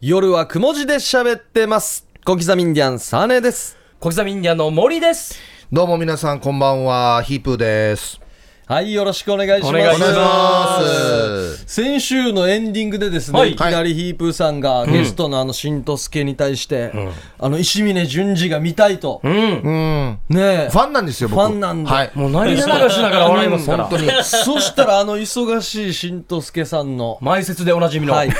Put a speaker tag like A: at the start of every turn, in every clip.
A: 夜はくも字で喋ってます。小刻みインディアン、サネです。
B: 小刻みインディアンの森です。
C: どうも皆さんこんばんは、ヒープーです。
A: はい、よろしくお願いします。
B: お願いします
A: 先週のエンディングでですね、
B: はい
A: い、きなりヒープーさんがゲストのあの、しんとすけに対して、あの、石峰淳二が見たいと。
B: うん。
C: うん。
A: ねえ。
C: ファンなんですよ、僕。
A: ファンなんだ
C: はい。
B: もう涙流しながら笑いますから。
C: 本当に。
A: そしたらあの、忙しいしんとすけさんの、
B: 前説でおなじみの。
A: はい。ス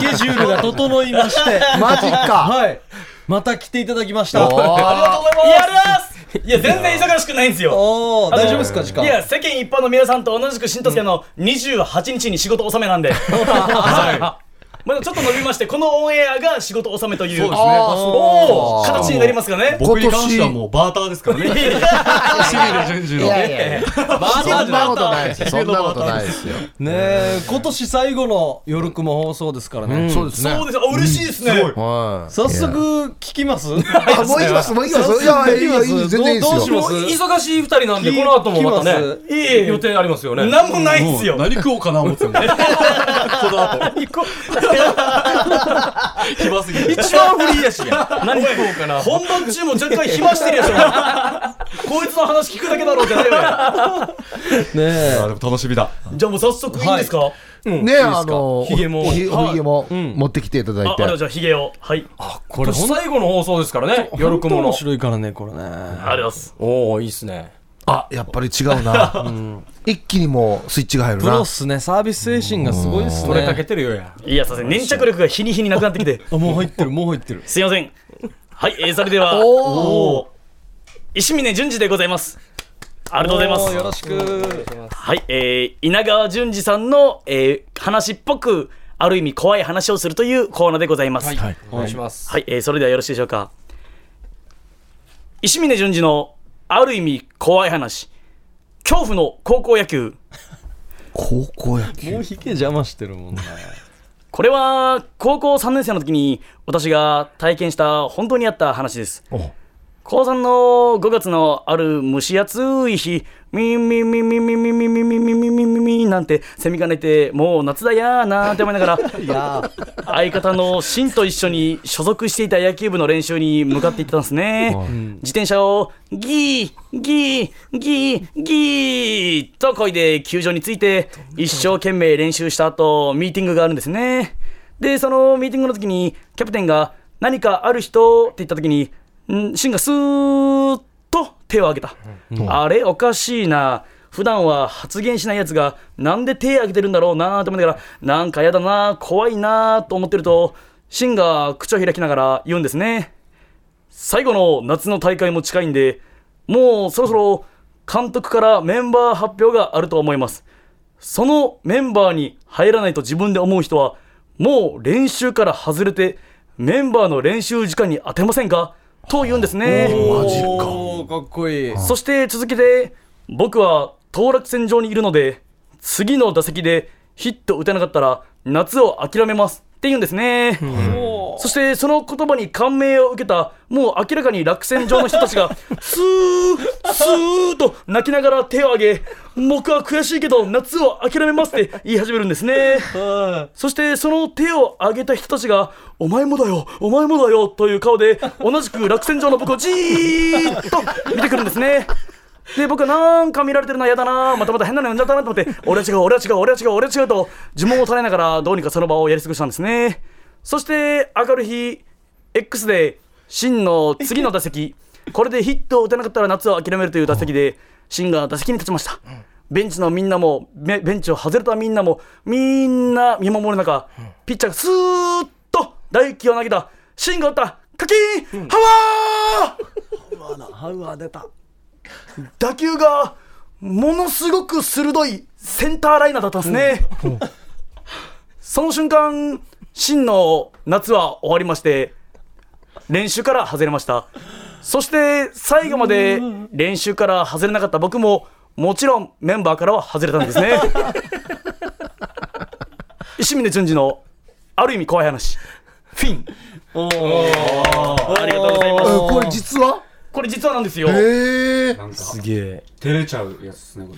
A: ケジュールが整いまして、
C: マジか。
A: はい。また来ていただきました。
C: おー
B: やるーすいや、全然忙しくないんですよ。
A: おー、大丈夫ですか、時間。
D: いや、世間一般の皆さんと同じく新藤助の28日に仕事納めなんで、 はい、まだちょっと伸びまして、このオンエアが仕事納めという
E: そうですね。
C: あーそう
D: おー形になりますからね。
E: 僕に関してはもうバーターですからね。シビル順次
C: い
E: の。
C: やいやいやそんなことないですよ。そんなことないですよ。
A: ねえ、今年最後の夜雲放送ですからね。
C: そうですね。
D: そうですあ嬉しいですね。
C: はい。
A: 早速聞きます。
C: あ、もう行きます、もう行きます。いや、いやいや全然いい
A: どうどう
C: で
A: し
C: す
A: ま
C: よ。
A: す
B: もう忙しい二人なんで、この後もまた
A: 聞き
B: ね、
D: いえいえ
B: 予定ありますよね。
D: なんもないんす
E: もう
D: よ。
E: 何食おうかな思ってたんだよこの後。暇すぎて。
B: 一番フリーやしや。 何食おうかな。
D: 本番中も若干暇してるやつ こいつの話聞くだけだろうじゃないわ
A: ねえ
E: あ、でも楽しみだ。
D: よ。じゃあもう早速いいんですか、
C: ね、あの、ひ
B: げも
C: おひげも持ってきていただ
D: あ
C: い、
D: あれは
C: て。
D: じゃあヒゲを。はい。あ
A: これ本
B: 最後の放送ですからね、
A: 当
B: 夜雲の
A: 面。白いからね、これね。
D: りがとうございます。
B: おおいいっすね。
C: あ、やっぱり違うな。一気にもうスイッチが入る
A: プロ
C: な
A: っ。すね、サービス精神がすごいっす
B: 取れかけ
A: ね。
B: てるよや。
D: いや、さすがに粘着力が日に日になくなってきて。
A: あ、もう入ってる、もう入ってる。
D: すいません。はい、えー、それでは、おー石峰淳二でございます。ありがとうございま
A: おーよろ
D: す。
A: しく。
D: はい、えー、稲川淳二さんの、えー、話っぽく、ある意味怖い話をするというコーナーでございます。はい、
B: い。お願いします。
D: えー、それではよろしいでしょうか。石峰淳二の、ある意味怖い話、恐怖の高校野球。
C: 高校野球。
A: もうひけ邪魔してるもんね。
D: これは高校3年生の時に私が体験した本当にあった話です高3の5月のある蒸し暑い日ミンミンミンミンミンミンミンミンミンミンミンミンミンミンなんてセミが鳴いてもう夏だやーなーって思いながら相方のシンと一緒に所属していた野球部の練習に向かっていったんですね自転車をギーギーギーギーとこいで球場に着いて一生懸命練習した後ミーティングがあるんですねでそのミーティングの時にキャプテンが何かある人って言った時にんシンがスーッと手を挙げた、あれおかしいな普段は発言しないやつがなんで手を挙げてるんだろうなと思いながらなんかやだな怖いなと思ってるとシンが口を開きながら言うんですね最後の夏の大会も近いんでもうそろそろ監督からメンバー発表があると思いますそのメンバーに入らないと自分で思う人は、もう練習から外れて、メンバーの練習時間に当てませんかと言うんですね。
A: おー、かっこいい。
D: そして続けて、僕は当落線上にいるので、次の打席でヒット打てなかったら、夏を諦めますって言うんですね。そしてその言葉に感銘を受けた、もう明らかに落選上の人たちが、スー、スーと泣きながら手を挙げ、僕は悔しいけど、夏を諦めますって言い始めるんですね。そしてその手を挙げた人たちが、お前もだよ、お前もだよという顔で、同じく落選上の僕をじーっと見てくるんですね。で、僕はなんか見られてるな、嫌だな、またまた変なの呼んじゃったなと思って、俺は違う、俺は違う、俺は違う、俺は違うと、呪文を垂れながら、どうにかその場をやり過ごしたんですね。そして、明るい日、X で、シンの次の打席、これでヒットを打てなかったら夏を諦めるという打席で、シンが打席に立ちました。ベンチのみんなも、ベベンチを外れたみんなも、みんな見守る中、ピッチャーがスーッと打撃を投げた、シンが打った、カキーンハワー打球がものすごく鋭いセンターライナーだったんですね、その瞬間真の夏は終わりまして練習から外れましたそして最後まで練習から外れなかった僕ももちろんメンバーからは外れたんです ね石峰淳二のある意味怖い話フィンありがとうございま
C: え
D: す
C: これ実は
D: これ実はなんですよ
C: ええ。
E: なんか、
B: すげえ。
E: 照れちゃうやつですね、こ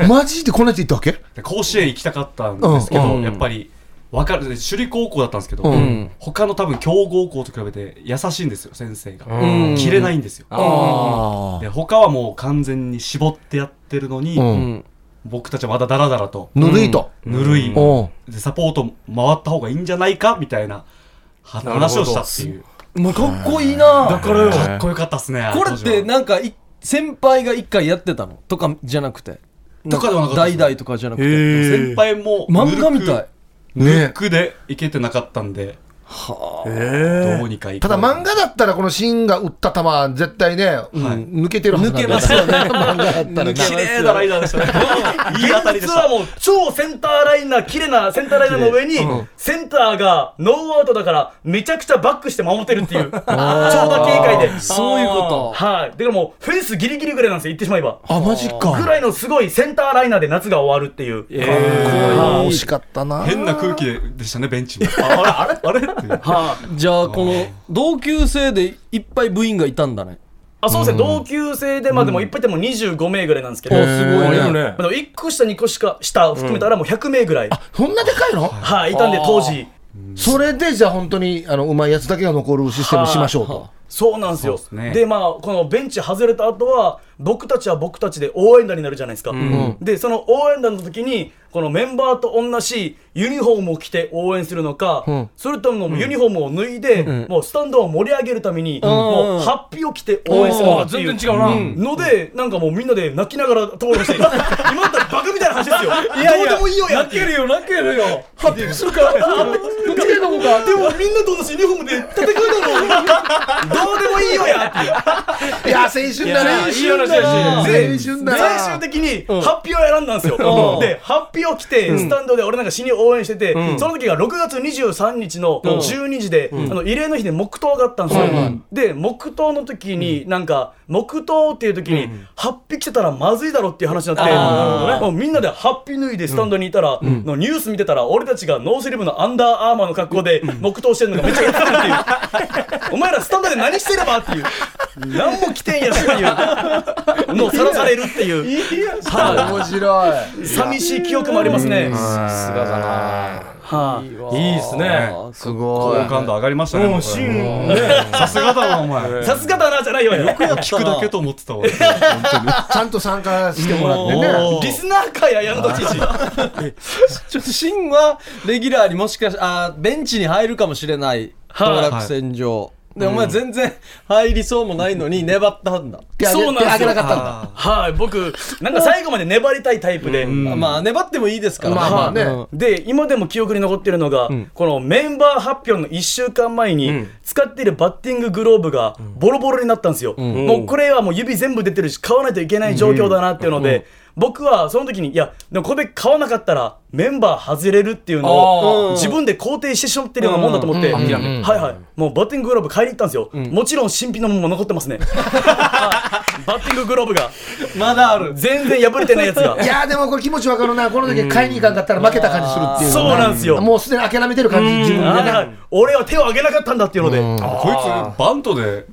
E: れ。
C: マジでこんなやついったわけ
E: で甲子園行きたかったんですけど、
C: うんうん
E: やっぱり、分かるね首里高校だったんですけど、
A: ん
E: 他の多分強豪校と比べて優しいんですよ先生が、
A: ん
E: 切れないんですよ、
C: あ
E: で他はもう完全に絞ってやってるのに、
C: う。
A: うんん
E: 僕たちはまだダラダラと
C: ぬるいと。
E: ぬるい、
C: お
E: でサポート回った方がいいんじゃないかみたいなは
B: なるほど
E: 話をしたっていう
A: まあ、かっこいいな
E: からかっこよかったっすね
A: これってなんかい先輩が一回やってたのとかじゃなくて
E: とかではなかったです
A: 代々とかじゃなくて、
E: 当時は先輩も
A: 漫画みたい
E: ぬるくぬる
C: ね
E: くでいけてなかったんでどうにかい
C: ただ漫画だったらこの芯が打った球、絶対ね、抜けてるはず
A: 抜け
C: なんだよ
A: ますよね漫画だったらな
E: 綺麗なライダーでしたね いい当たりでし
D: 実は
E: た
D: もう超センターライナー、綺麗なセンターライナーの上に、センターがノーアウトだから、めちゃくちゃバックして守ってるっていう、長打警戒で。
A: そういうこ
D: はい。だからもう、フェンスギリギリぐらいなんですよ、言ってしまえば。
C: あ、マジか。
D: ぐらいのすごいセンターライナーで夏が終わるっていう。
C: あー惜しかったな。
E: 変な空気でしたねベンチもああれあれっていう
D: はい。
A: とじゃあこの同級生でいっぱい部員がいたんだね
D: あ、そうですね、同級生で、まあでもいっぱいでも25名ぐらいなんですけど、
A: おすごいね
B: ある
A: ね
B: ね
D: まあ、でも1個下、2個しか下含めたらもう100名ぐらい、
C: そんなでかいの
D: はい、いたんで、当時。
C: それでじゃあ本当に、あの、うまいやつだけが残るシステムにしましょうと。
D: そうなんですよ
E: そうですね
D: でまあこのベンチ外れた後は僕たちは僕たちで応援団になるじゃないですか、でその応援団の時にこのメンバーと同じユニフォームを着て応援するのか、それともユニフォームを脱いで、もうスタンドを盛り上げるために、もうハッピーを着て応援するのかっていう
B: 全然違うな
D: のでなんかもうみんなで泣きながら通り ました今だったらバカみたいな話ですよどうでもいいよやっていう
B: るよ泣けるよ
D: ハッピーするか見てのかでもみんなと同じユニフォームで戦うだ ろうどうでもいいよやってい
C: い
D: う
C: や、青春だな。
B: いい話だ
C: 青
B: し
C: 春
D: 最
C: だ
D: 終
C: な。
D: 的にハッピーを選んだんですよ、でハッピーを着てスタンドで俺なんか死に応援してて、その時が6月23日の12時で、あの慰霊の日で黙祷があったんですよ、で黙祷の時になんか黙祷っていう時に、ハッピー着てたらまずいだろっていう話になって、もうみんなでハッピー脱いでスタンドにいたら、のニュース見てたら俺たちがノースリーブのアンダーアーマーの格好で黙祷してるのがめっちゃ映ってるっていうお前らスタンドで何してればっていう何も着てんやしって いうのをさらされるっていう
C: 面白い。
D: 寂しい記憶もありますね。
B: さすがだな
D: はい
B: いいっすね
C: す
E: 好
C: ごい。
E: 感度上がりましたねもう
B: シーン
E: さすがだなお前
D: いさすがだなじゃないよ。
E: 聞くだけと思ってたわ
C: ちゃんと参加してもらってね。
D: リスナーかややんど知事。
A: ちょっとシンはレギュラーにもしかしあーベンチに入るかもしれない
D: はい
A: 当落戦場、でお前全然入りそうもないのに粘ったんだ、
C: 手あげ
D: そうなんです
C: 手
D: よ
C: あげなかったんだ。
D: はい、僕、なんか最後まで粘りたいタイプで。
A: まあ粘ってもいいですから
C: まあまあね
A: うん
D: で、今でも記憶に残ってるのが、このメンバー発表の1週間前に、使っているバッティンググローブがボロボロになったんですよ。もうこれはもう指全部出てるし、買わないといけない状況だなっていうので、僕はその時に、いや、でもこれで買わなかったらメンバー外れるっていうの
A: あ
D: を、
A: ー
D: 自分で肯定してしまってるようなもんだと思って、
B: 諦め
D: はいはい、もうバッティンググローブ買いに行ったんですよ、もちろん新品のものも残ってますね、 バッティンググローブが、
A: まだある
D: 全然破れてないやつが
C: い、やーでもこれ気持ちわかるな。この時買いに行かんかったら負けた感じするっていう。
D: そうなんですよ
C: もうすでに諦めてる感じ、自分
D: は
C: で
D: いは
C: ね。
D: い俺は手を挙げなかったんだっていうので、
E: こいつバントで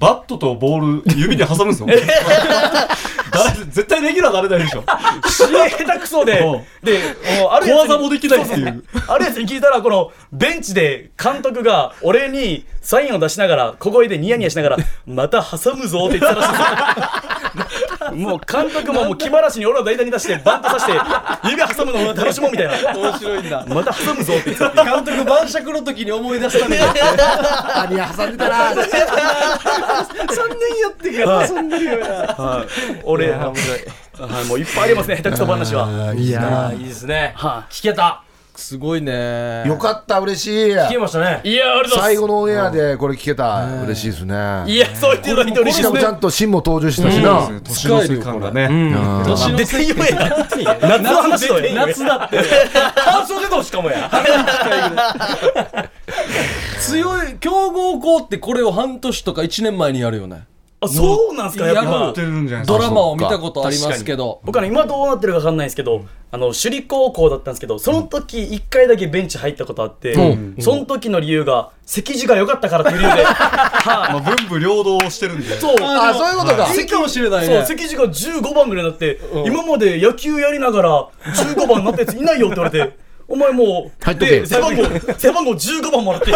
E: バットとボール指で挟むんですよ誰絶対レギュラーなれないでしょ
D: 知り合い下手くそで
E: おう、
D: で、もうあるやつに
E: 小技もできないっていう
D: そそあるやつに聞いたら、この、ベンチで監督が俺にサインを出しながら、小声でニヤニヤしながら、また挟むぞって言ってたらしいですよもう監督ももう気晴らしに俺を代打に出して、バントさせて、指挟むのを楽しもうみたいな。
A: 面白いんだ
D: また挟むぞって言ってた。
A: 監督晩酌の時に思い出したね
C: あいや挟んでたな。
A: 3年やってから遊んでるよな
D: はい、俺、はい、もういっぱいありますね、下手くそ話は。
C: いや
B: いいですね
D: は
B: 聞けた
A: すごいね
C: ーよかった、嬉しい。
B: 聞けましたね
D: い、いや、ありがとうござい
C: 最
D: ま
C: 後のオンエアでこれ聞けた。嬉しいです
D: す。
C: ね。
D: いや、そう言っていただいて嬉し
C: し
D: い
C: か
D: で
C: も
D: す
C: ちゃ
D: ね。
C: んと芯も登場してたしな。
E: 年の瀬感がね
C: うん
A: 年の
D: 出てよや。夏の話だよ。
B: 夏だって半袖としかもや
A: 強い強豪校ってこれを半年とか1年前にやるよね
D: あそうなんすかやっ
A: や
E: や
D: ぱ
E: ってるんじゃないです
A: ド
E: か
A: ラマを見たことありますけど
D: 僕は今どうなってるか分かんないですけどあの首里高校だったんですけどその時1回だけベンチ入ったことあって、その時の理由が席次が良かったからっていう理由では
E: まあ文武両道をしてるんで
D: い そう
C: あ、そういうことか。
A: いいかもしれない
D: そう
A: ね
D: 席次が15番ぐらいになって、今まで野球やりながら15番になったやついないよって言われてお前もう、
C: 入っとけ
D: で背番号、背番号15番もらって。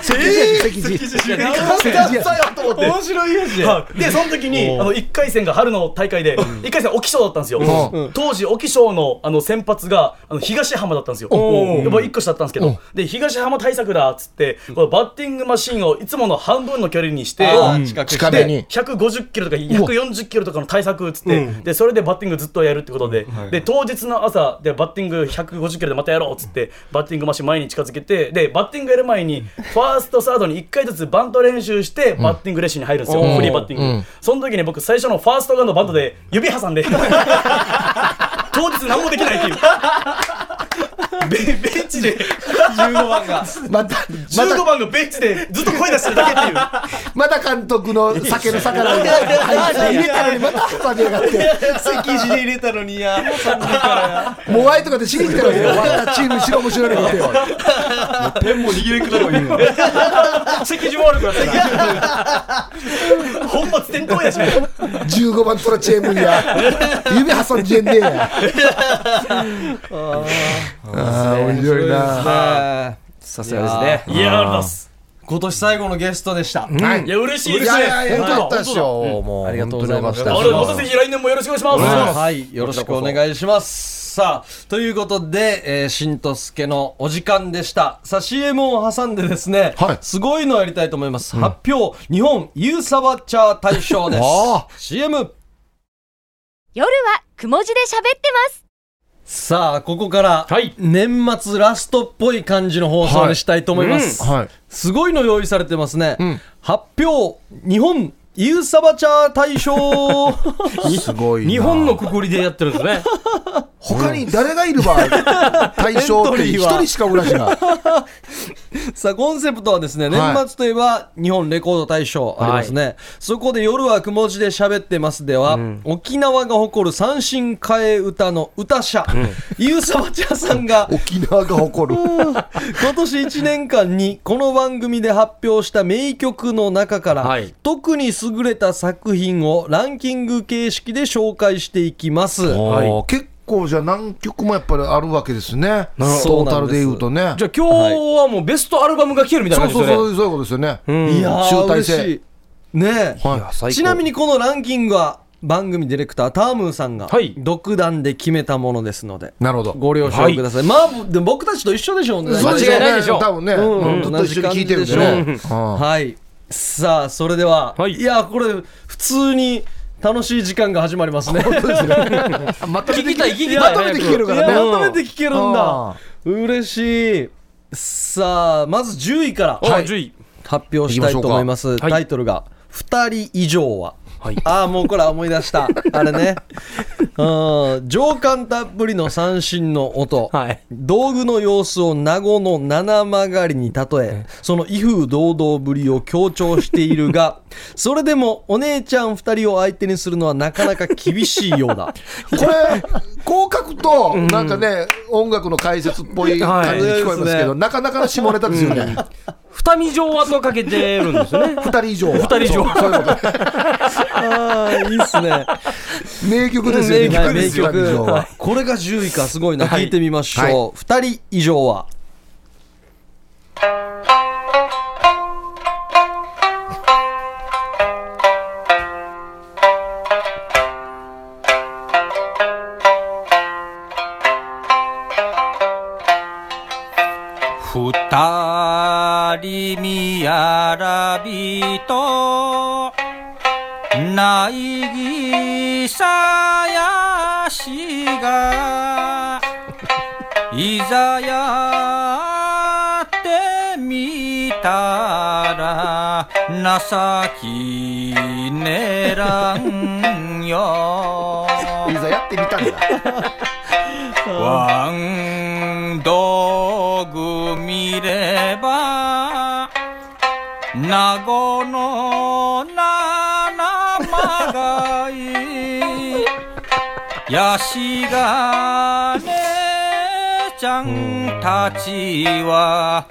C: 席次
D: 面白いやじで、その時に、あの、1回戦が春の大会で、1回戦は沖賞だったんですよ。当時、沖賞の、あの、先発が、あの、東浜だったんですよ。やっぱ1個下だったんですけど、で、東浜対策だっつって、このバッティングマシーンをいつもの半分の距離にして、
A: あー近く
C: 近
A: 近
C: め
A: で
C: に
D: で150キロとか140キロとかの対策っつって、でそれでバッティングずっとやるってことで,、で当日の朝でバッティング150キロでまたやろうっつってバッティングマシン前に近づけてでバッティングやる前にファーストサードに1回ずつバント練習してバッティング練習に入るんですよ、フリーバッティング、その時に僕最初のファースト側のバントで指挟んで当日何もできないっていう。ベベンチで
A: 15番 が
C: またま
D: 15番がベンチでずっと声出してるだけっていう
C: たまた監督の酒の魚に入れたのにまた挟みやがって
A: 席次で入れたのにいやもう3人
C: もうワイとかで死に来てるわけよワイはチーム後ろも後ろに来てよ
E: ペンも握れんくなればいいのよ。
D: 席上悪くなった本末転倒やしね
C: 15番トラチェームや指挟んじゃねえやああ面白いな
A: からさすがですね
D: いやあります
A: 今年最後のゲストでした
C: はい
D: いや嬉しい
C: い
D: ですね
C: やいやよかったでしょもう
A: ありがとうございます
C: 本当によ
D: あれ
C: か
D: ま
C: った
D: た
C: で
D: ぜ
C: す
D: ひ来年もよろしくお願いします、
A: はい、よろしくお願いします。さあ、ということで、えー、しんとすけのお時間でした。さあ、CM を挟んでですね、
C: はい
A: すごいのやりたいと思います。発表、日本ユーサバチャー大賞です
C: あ。
A: CM!
F: 夜はくも字で喋ってます。
A: さあ、ここから、
D: はい
A: 年末ラストっぽい感じの放送にしたいと思います。
C: はい
A: すごいの用意されてますね。
C: ん
A: 発表、日本ユーサバチャー大賞
C: すごいな
D: 日本のくくりでやってるんですね
C: 他に誰がいる場合対象って一人しかおらしが
A: さあ、コンセプトはですね、
C: はい
A: 年末といえば日本レコード大賞ありますね。そこで夜はくも字で喋ってますでは、沖縄が誇る三振替え歌の歌者、ゆうさわちゃさん が
C: 沖縄が誇る
A: 今年1年間にこの番組で発表した名曲の中から、
D: はい
A: 特に優れた作品をランキング形式で紹介していきます。
C: おー結構じゃあ何曲もやっぱりあるわけですねト
A: そう
C: ー
A: な
C: タ
A: ん
C: ル
A: です
C: で言うとね
D: じゃあ今日はもうベストアルバムが聴けるみたい
C: そ
D: な
C: う
D: 感じ
C: そ
D: で
C: うそう
D: すよね
C: そういうことですよね
A: いやー
C: 集大成
A: 嬉しい。ねえ。
C: はい
A: ちなみにこのランキングは番組ディレクタータームーさんが
D: はい
A: 独断で決めたものですので
C: なるほど
A: ご了承ください、まあでも僕たちと一緒でしょうね
C: そう
D: 間違いないでしょ
C: 多分ね、
A: うん
C: ずっと一緒に聞いてるん
A: 同
C: で
A: じ
C: ね
A: 感じでし
C: うん
A: はいさあそれでは、、
D: はいい
A: やこれ普通に楽しい時間が始まりますね
C: まとめて
D: 聞きたい聞きたい
C: まとめて聞ける
A: い
C: か
A: や
C: らね
A: 改めて聞けるん
C: あ
A: だ
C: ー
A: 嬉しいさあまず10位から
D: はい10位
A: 発表したいと思います
D: きましょうかはい
A: タイトルが「2人以上は」
D: はい
A: ああもうこれ思い出したあれねうん情感たっぷりの三振の音、
D: はい
A: 道具の様子を名護の七曲がりに例えその威風堂々ぶりを強調しているがそれでもお姉ちゃん2人を相手にするのはなかなか厳しいようだ
C: これこう書くとなんかね音楽の解説っぽい感じに聞こえますけ
A: は
C: ど
A: い
C: なかなかの下ネタですよね
D: 二見上圧をかけ てるんですよね
C: 二人以上は二
D: 人以上は
C: そうそういうこと
A: ああいいっすね
C: 名曲ですよね
A: はい名
C: 二人以上は
A: 曲これが10位かすごいな
D: はい
A: 聞いてみまし
C: はい
A: ょう2人以上は
G: 二人見やらびとないぎさやしがいざやってみたら情きねらんよ
C: いざやってみたんだ
G: ワン道具見れば名護の七曲がいヤシガネちゃんたちは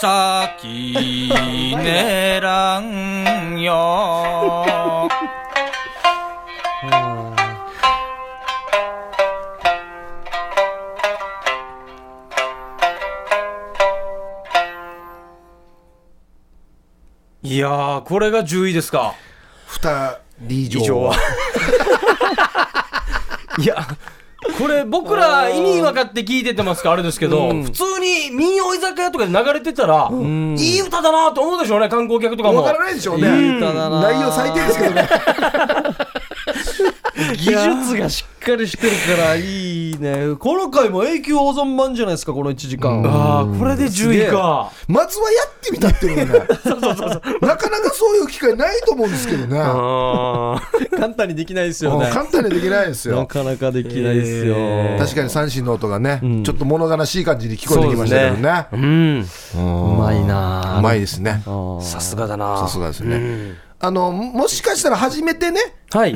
G: 情きねらんよいやー、これが10位ですか。
C: 2人以上
G: 以上は。いや、これ僕ら意味分かって聞いててますからあれですけど、普通に民謡居酒屋とかで流れてたら、いい歌だなと思うでしょうね、観光客とか
C: わ
G: も。
C: からないでしょうね
A: いい歌だな
C: 内容最低ですけど ね
A: 技術がしっかりしてるからいいねこの回も永久保存版じゃないですかこの1時間、
G: ああ、これで10位か。
C: まずはやってみたっていうのがねなかなかそういう機会ないと思うんですけどね
G: あー
A: 簡単にできないですよ
C: うん
A: ね
C: 簡単にはできないです
A: な
C: よ
A: かなかできないですよ、
C: 確かに三振の音がね、ちょっと物悲しい感じに聞こえてきましたけどね
G: うん、
C: うん
A: うまいな
C: うまいですね
G: さすがだな。
C: さすがですね、あのもしかしたら初めてね
G: はい。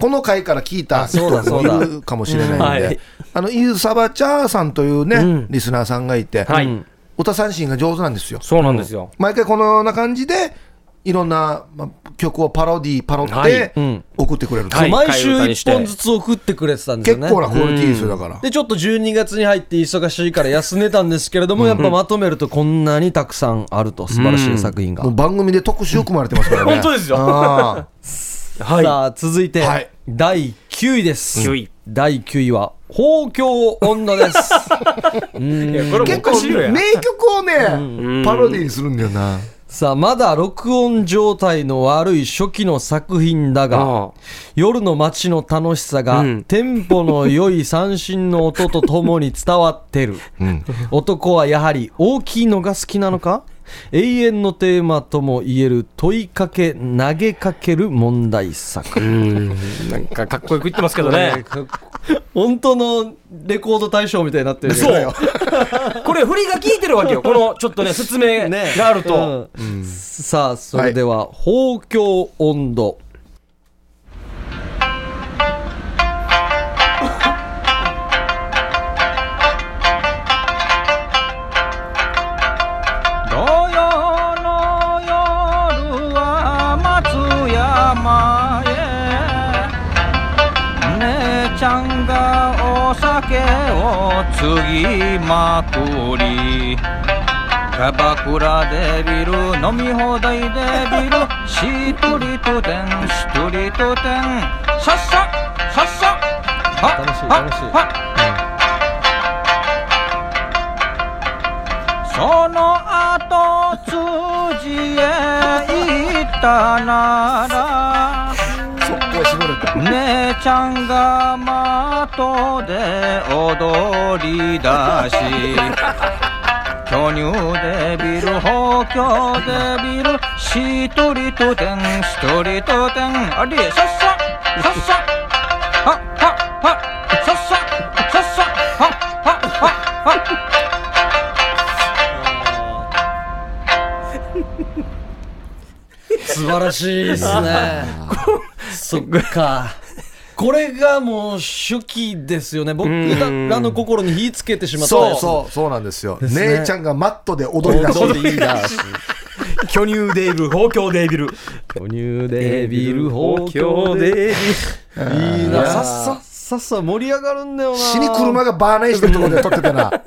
C: この回から聞いた人
A: そうだそう
C: も
A: だ
C: いるかもしれないんで、
G: うんはい
C: あのゆうさばちゃーさんというね、
G: うん
C: リスナーさんがいて、
G: はい、
C: 歌三振が上手なんですよ。
G: そうなんですよ。
C: 毎回このような感じで、いろんな、まあ、曲をパロディー、パロっ
G: はい
C: て送ってくれるんですよ、
G: はい
A: 毎週1本ずつ送ってくれてたんですよね
C: 結構なクオリティですよ、だから。
A: でちょっと12月に入って忙しいから休んでたんですけれども、やっぱまとめるとこんなにたくさんあると素晴らしい作品が、
C: もう番組で特集組まれてますからね。
G: 本当ですよ
C: あ
G: はい。
A: さあ続いて、
C: はい
A: 第9位です
G: 9位
A: 第9位は「豊協温度」です
B: いやこれ
C: ー
B: も
C: 結
B: おかしいよ
C: 構、
B: や
C: 名曲をね、パロディーにするんだよな。
A: さあまだ録音状態の悪い初期の作品だが
G: あ
A: 夜の街の楽しさが、
G: うん
A: テンポの良い三振の音とともに伝わってる、男はやはり大きいのが好きなのか永遠のテーマとも言える問いかけ投げかける問題 作
G: なんかかっこよく言ってますけどね。
A: 本当のレコード大賞みたいになってるね
G: そう。これ振りが効いてるわけよ。このちょっとね説 明
A: ね
G: があると。
A: うんさあそれでは「豊、胸、温度」
G: 土曜の夜は松山へ姉ちゃんがお酒をつぎまくりキャバクラでビール飲み放題でビールしっとりとてんしっとりとてんさっささっさは
A: 楽しい
G: は
A: 楽しい
G: はその後辻へ行ったなら
C: そこは絞れた。
G: 姉ちゃんが的で踊り出し巨乳でビル補強でビルしとりとてんしとりとてんありさっささっさはははさっささっさはははは
A: 素晴らしいです ね。そっか。これがもう初期ですよね。僕らの心に火つけてしまった
C: そう
A: やつ
C: そう、そうなんですよ。
A: ね
C: 姉ちゃんがマットで踊り出
A: 踊り
C: し。
A: だし。
G: 巨乳デイビル補強デイビル
A: 巨乳でビル放狂で。いいな。さっさっさっさ盛り上がるんだよな。
C: 死に車がバーネーしてるところで撮ってたら、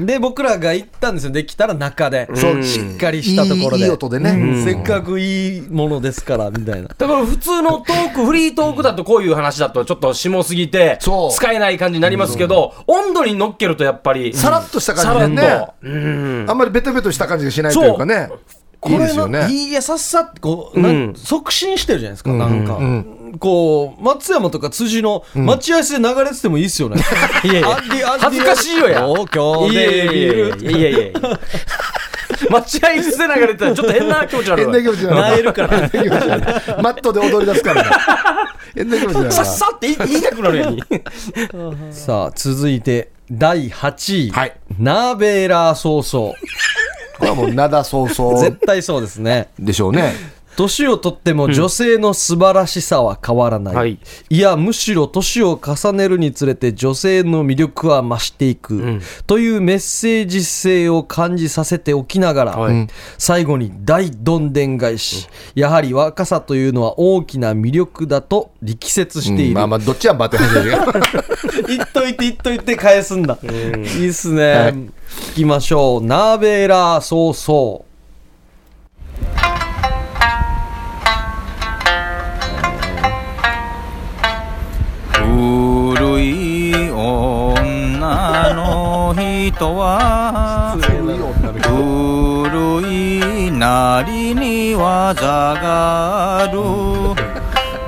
A: で、僕らが行ったんですよ。できたら中で。そうしっかりしたところで。
C: いいいい音でね
A: うんせっかくいいものですから、みたいな。
G: だから普通のトーク、フリートークだとこういう話だとちょっと下すぎて、
C: そう
G: 使えない感じになりますけど、温度に乗っけるとやっぱり、
C: さらっとした感じで
G: さらっ
C: ね
G: と。うん
C: あんまりベトベトした感じがしないというかね。いいですよ
A: これの
C: ね。
A: いいやさっさってこう、な
G: うん
A: 促進してるじゃないですか、なんか、こう松山とか辻の待合室で流れててもいいですよね、
G: いやいや
A: アンディアンディ
G: 恥ずかしいよや
A: 東京
G: いやい
A: で
G: や
A: ビ
G: い
A: ール
G: やいやいやいやいや。待合室で流れてたらちょっと変な気持ちになる
C: 変
G: わ
C: な気持ちにな
A: 萎えるから
C: 変な気持ちになるマットで踊り出すからね。変な気持ちになる
G: さっさって言い言いたくなるやん。
A: さあ続いて第8位、
C: はい
A: ナーベーラー早々
C: これはもう、なだそうそう
A: 絶対そうですね
C: でしょうね。
A: 年をとっても女性の素晴らしさは変わらない、
G: はいい、
A: やむしろ年を重ねるにつれて女性の魅力は増していく、というメッセージ性を感じさせておきながら、
G: はい
A: 最後に大どんでん返し、やはり若さというのは大きな魅力だと力説している、
C: まあまあ、どっちはバテ始めるよ。
A: 言っといて言っといて返すんだ、いいっすね、
C: はい
A: 聞きましょうナーベーラーそうそう
G: 「人は古いなりに技がある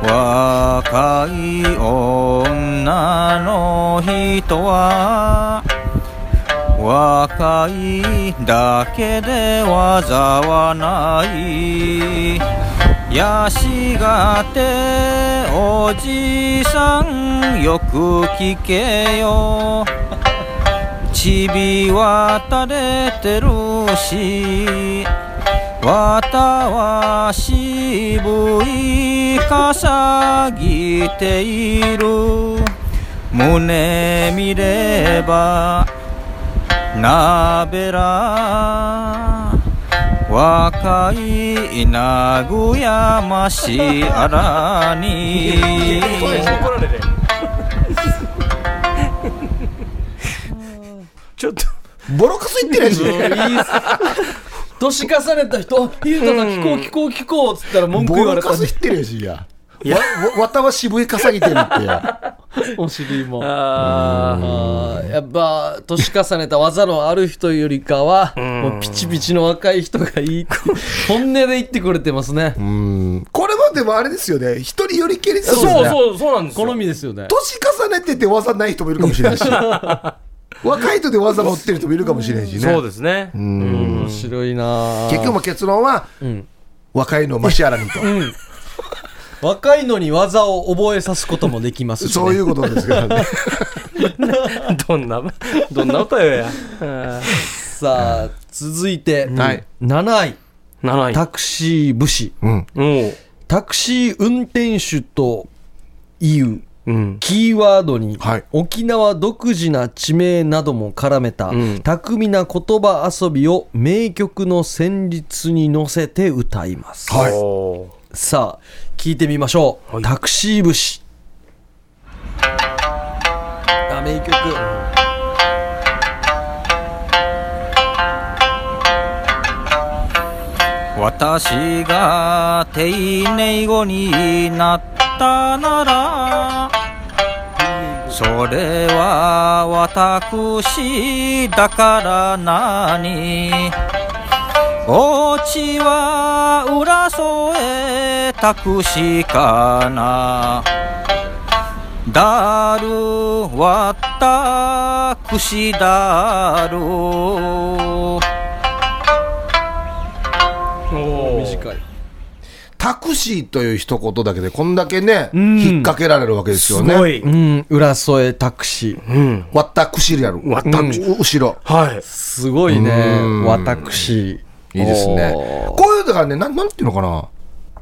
G: 若い女の人は若いだけで技はないやしがておじさんよく聞けよちびは垂れてるしわたは渋いかさぎている胸見ればなべら若い名古屋ましあらに
B: 怒られるちょっと
C: ボロカス言ってるやつね
A: 年重ねた人、ゆうたさん聞こう聞こう聞こうっつったら文句
C: ボ
A: 言わ
C: ロ
A: れた
C: カス言ってるやしやわわわたは渋いかさぎてるってや
A: お尻も。
D: あ
A: あーやっぱ年重ねた技のある人よりかは、もうピチピチの若い人が いいって本音で言ってくれてますね
C: うんこれはでもあれですよね一人よりけりです
B: そう
C: ね
B: そうそうなんです
A: 好
B: よ
A: みですよね
C: 年重ねてて技ない人もいるかもしれないし若い人で技持ってる人もいるかもしれないしね
D: そうですね。
A: 面白いな
C: 結局も結論は、若いのマシアラミと、
A: 若いのに技を覚えさすこともできますし、ね、
C: そういうことですからね
D: どんな、どんな歌よや。
A: さあ続いて、
C: はい
A: 7位
D: 7位。
A: タクシー武士
D: も
A: タクシー運転手という
D: う、うん。
A: キーワードに
C: はい
A: 沖縄独自な地名なども絡めた
D: ん
A: 巧みな言葉遊びを名曲の旋律に乗せて歌います、
C: はい
D: お
A: さあ聞いてみましょう、タクシー節あ名曲
G: 私が丁寧語になったならそれは私だから何おちは裏添えたくしかなだるわったくしだる
A: 短い
C: タクシーという一言だけでこんだけね、引っ掛けられるわけですよね
D: すごい。
A: うん浦添タクシー
C: 私である私後ろ
D: はい。
A: すごいね私
C: いいですねこういうだからねなんなんていうのかな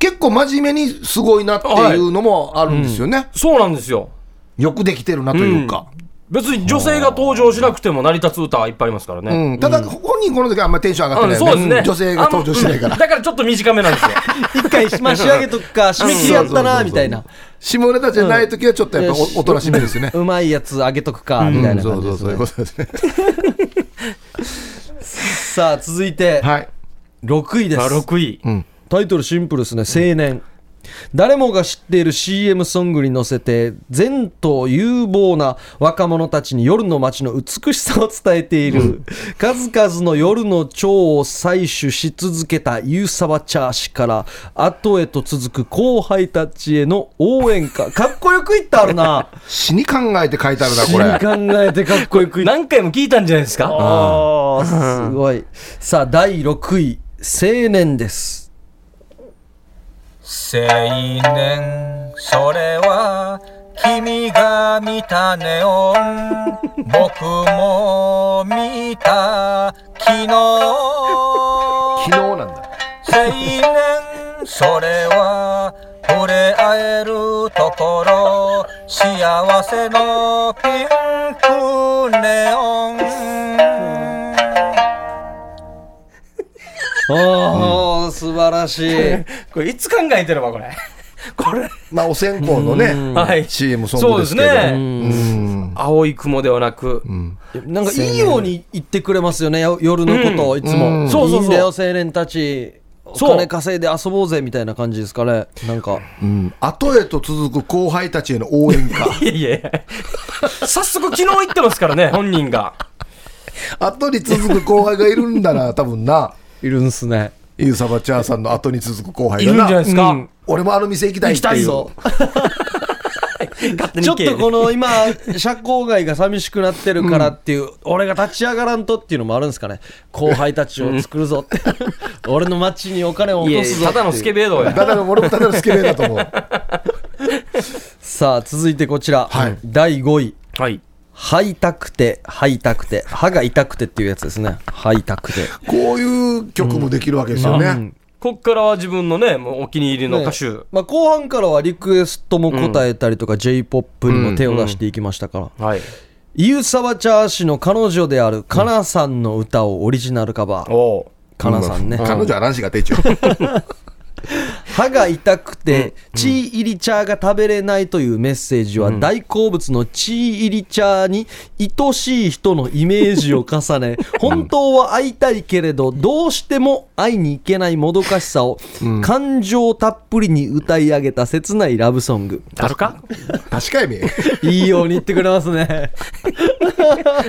C: 結構真面目にすごいなっていうのもあるんですよね、
D: そうなんですよ。
C: よくできてるなというか、
D: 別に女性が登場しなくても成り立つ歌はいっぱいありますから
C: う
D: ね。
C: んただ本人この時はあんまりテンション上がって
D: うん、
C: ない、
D: そうですね。
C: 女性が登場してないから
D: あのうんだからちょっと短めなんですよ。
A: 一回しま仕上げとく か締め切りやったなみたいな
C: 下ネタじゃない時はちょっとやっぱおおとなしめですね、
A: う まいやつあげとくかみたいな
C: そ
A: 感
C: う
A: じ
C: そ
A: で
C: う
A: す
C: そうい
A: ね
C: うことですね
A: さあ続いて
C: はい
A: 6位です
D: あ6位。
A: タイトルシンプルですね青年誰もが知っている CM ソングに乗せて前途有望な若者たちに夜の街の美しさを伝えている数々の夜の蝶を採取し続けたユーサバチャー氏から後へと続く後輩たちへの応援歌かっこよく言ったある な
C: 死に考えて書いてあるなこ
A: 死
C: れ
A: に考えてかっこよく言った
D: 何回も聞いたんじゃないですか。
A: あーすごいさあ第6位青年です
G: 青年それは君が見たネ オン僕も見た昨日
C: 昨日なんだ
G: 青年それは触れ合えるところ幸せのピンクネオン
A: おー、素晴らしい。
D: これいつ考えてれば これ。これ。
C: まあお線香のね
D: はい。
C: CM ソン
D: そう
C: グ
D: で
C: です
D: す
C: けど
D: ね。
C: うん
D: 青い雲ではなく、
A: なんかいいように言ってくれますよね、よ夜のことをいつも。
D: んそうそうそう
A: いいんだよ、青年たち。お
D: そう
A: 金稼いで遊ぼうぜみたいな感じですかね。なんか、
C: うん後へと続く後輩た ちへの応援歌
D: いやいや早速昨日言ってますからね、本人が。
C: 後に続く後輩がいるんだな、多分な。
A: いるんすね。
C: ゆうさばちゃーさんの後に続く後輩
H: い
C: が
H: るんじゃない
C: な
H: で。すか、
A: うん
C: 俺もあの店行きたいっていう。
A: ぞ
D: 勝手に
A: ちょ
D: 行
A: っ
D: け
A: とこの今、社交外が寂しくなってるからっていう、俺が立ち上がらんとっていうのもあるんですかね。後輩たちを作るぞ って。俺の街にお金を落とすぞ
H: た
A: っていう
H: だのスケベードや
C: ただの俺もただのスケベだと思う。
A: さあ、続いてこちら。
C: はい
A: 第5位。
H: はい
A: 吐いたくて、吐いたくて、歯が痛くてっていうやつですね。吐いたくて。
C: こういう曲もできるわけですよね。
H: こっからは自分のねもうお気に入りの歌手、
A: ねまあ、後半からはリクエストも答えたりとか、J-POP にも手を出していきましたから。
H: はい
A: イユサバチャー氏の彼女であるカナさんの歌をオリジナルカバー。
H: おう
A: カナさんね。
C: 彼女は話が出 ちゃう。
A: 歯が痛くて、チー入り茶が食べれないというメッセージは、大好物のチー入り茶に愛しい人のイメージを重ね、本当は会いたいけれど、どうしても会いに行けないもどかしさを、感情たっぷりに歌い上げた切ないラブソング。
H: だるか
C: 確かに。
A: いいように言ってくれますね。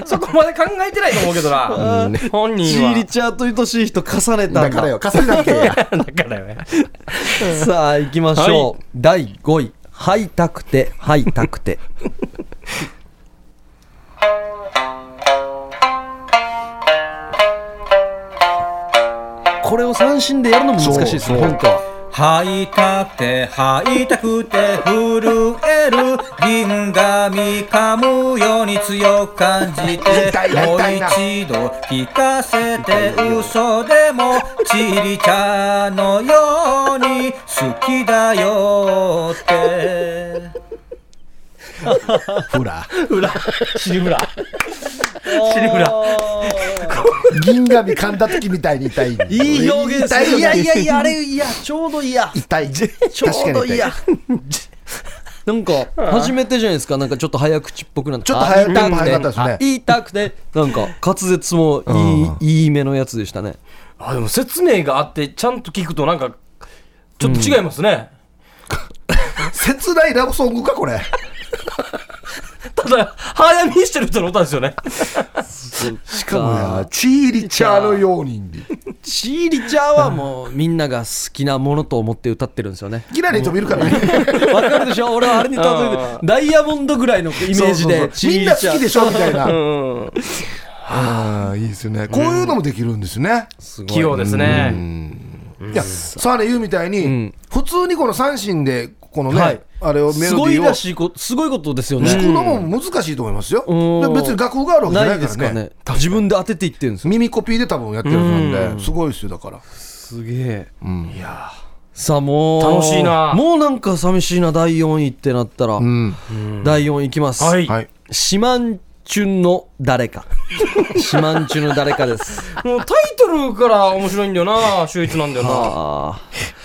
H: そこまで考えてないと思うけどな本
A: チ
H: 人
A: ー
H: は
A: 入り茶と愛しい人重ねた
C: だ
A: ん
C: から
A: だ。
C: よ、重ねなきゃいけ
H: だからね
A: さあ、行きましょう。
H: は
A: 第5位。吐いたくて、吐いたくて。これを三振でやるのも難しいですね、
C: そう
A: 本当は。
G: 吐いたくて吐いたくて震える銀紙噛むように強く感じて
C: 痛いな
G: もう
C: 痛いな
G: 一度聞かせて嘘でもちりちゃのように好きだよって
C: ほら。
H: シリフラ
C: 銀紙噛んだ時みたいに痛い。
A: いい表現です
C: 痛い
A: ね。いやいやいや、あ
C: れ。
A: れ、いや、ちょうどいいや。
C: 痛 い。
A: ちょう
C: 確
A: ど
C: か
A: い
C: に
A: い
C: 痛
A: や。なんか、初めてじゃないですか。なんかちょっと早口っぽくなって。
C: ちょっと早
A: あ
C: でも早かったですね
A: あ言いたくて、なんか、滑舌もいい、いい目のやつでしたね。
H: あでも説明があってちゃんと聞くとなんかちょっと違いますね、
C: 切ないラブソングか、これ。
H: ただ早見してる人の歌ですよね
A: し
C: かもや、チーリチャーのように。
A: チーリチャーはもうみんなが好きなものと思って歌ってるんですよ ね。
C: 嫌いな人もいるからね。
A: わかるでしょ俺はあれに例えて、ダイヤモンドぐらいのイメージ
C: そ
A: で
C: うそう
A: チー
C: そうみん
A: リ
C: な
A: チャ
C: 好き
A: ー。
C: でしょみたいな。
H: うん
C: ああ、いいですよね。こういうのもできるんですね。
H: 器用ですね
C: いや、さあね、言うみたいに
A: ん、
C: 普通にこの三振で、この
A: はい
C: ね、あれをメ
A: す
C: ロ
A: ご
C: ディ
A: い
C: ー
A: ら
C: を
A: しいこと、すごいことですよ
C: 弾く
A: ね。
C: のも難しいと思いますよ。
A: うん
C: で別に楽譜があるわけじゃ
A: な
C: ないい
A: で
C: から
A: す
C: ね
A: か。ね。自分で当てていってるんですよ。
C: 耳コピーで多分やってるはずなんで、すごいですよ、だから。
A: すげえ。
C: ん
A: いやーさあもう、
H: 楽しいな
A: もうなんか寂しいな、第4位ってなったら
C: う、ん。
A: 第4位いきます。
H: はい、
C: はい。
A: シマンチュンの誰 か。シマンチュンの誰かです。
H: もうタイトルから面白いんだよな秀逸なんだよ な
A: あー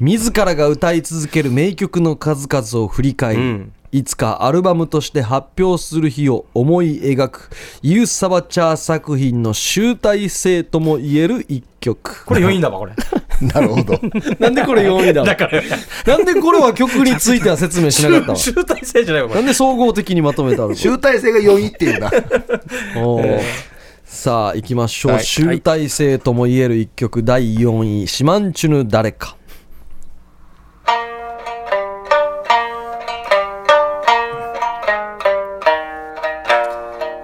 A: 自らが歌い続ける名曲の数々を振り返り、
H: うん
A: いつかアルバムとして発表する日を思い描くユーサバチャー作品の集大成とも言える一曲
H: これ4位だわこれ
C: なるほど。
A: なんでこれ4位だ
H: だから
A: なんでこれは曲については説明しなかっ たわ
H: 集大成じゃないわこ
A: な
H: れ
A: んで総合的にまとめたの
C: 集大成が4位っていうな。
A: おーさあ行きましょう、
C: はい
A: 集大成とも言える一曲第4位「シマンチュヌ誰か」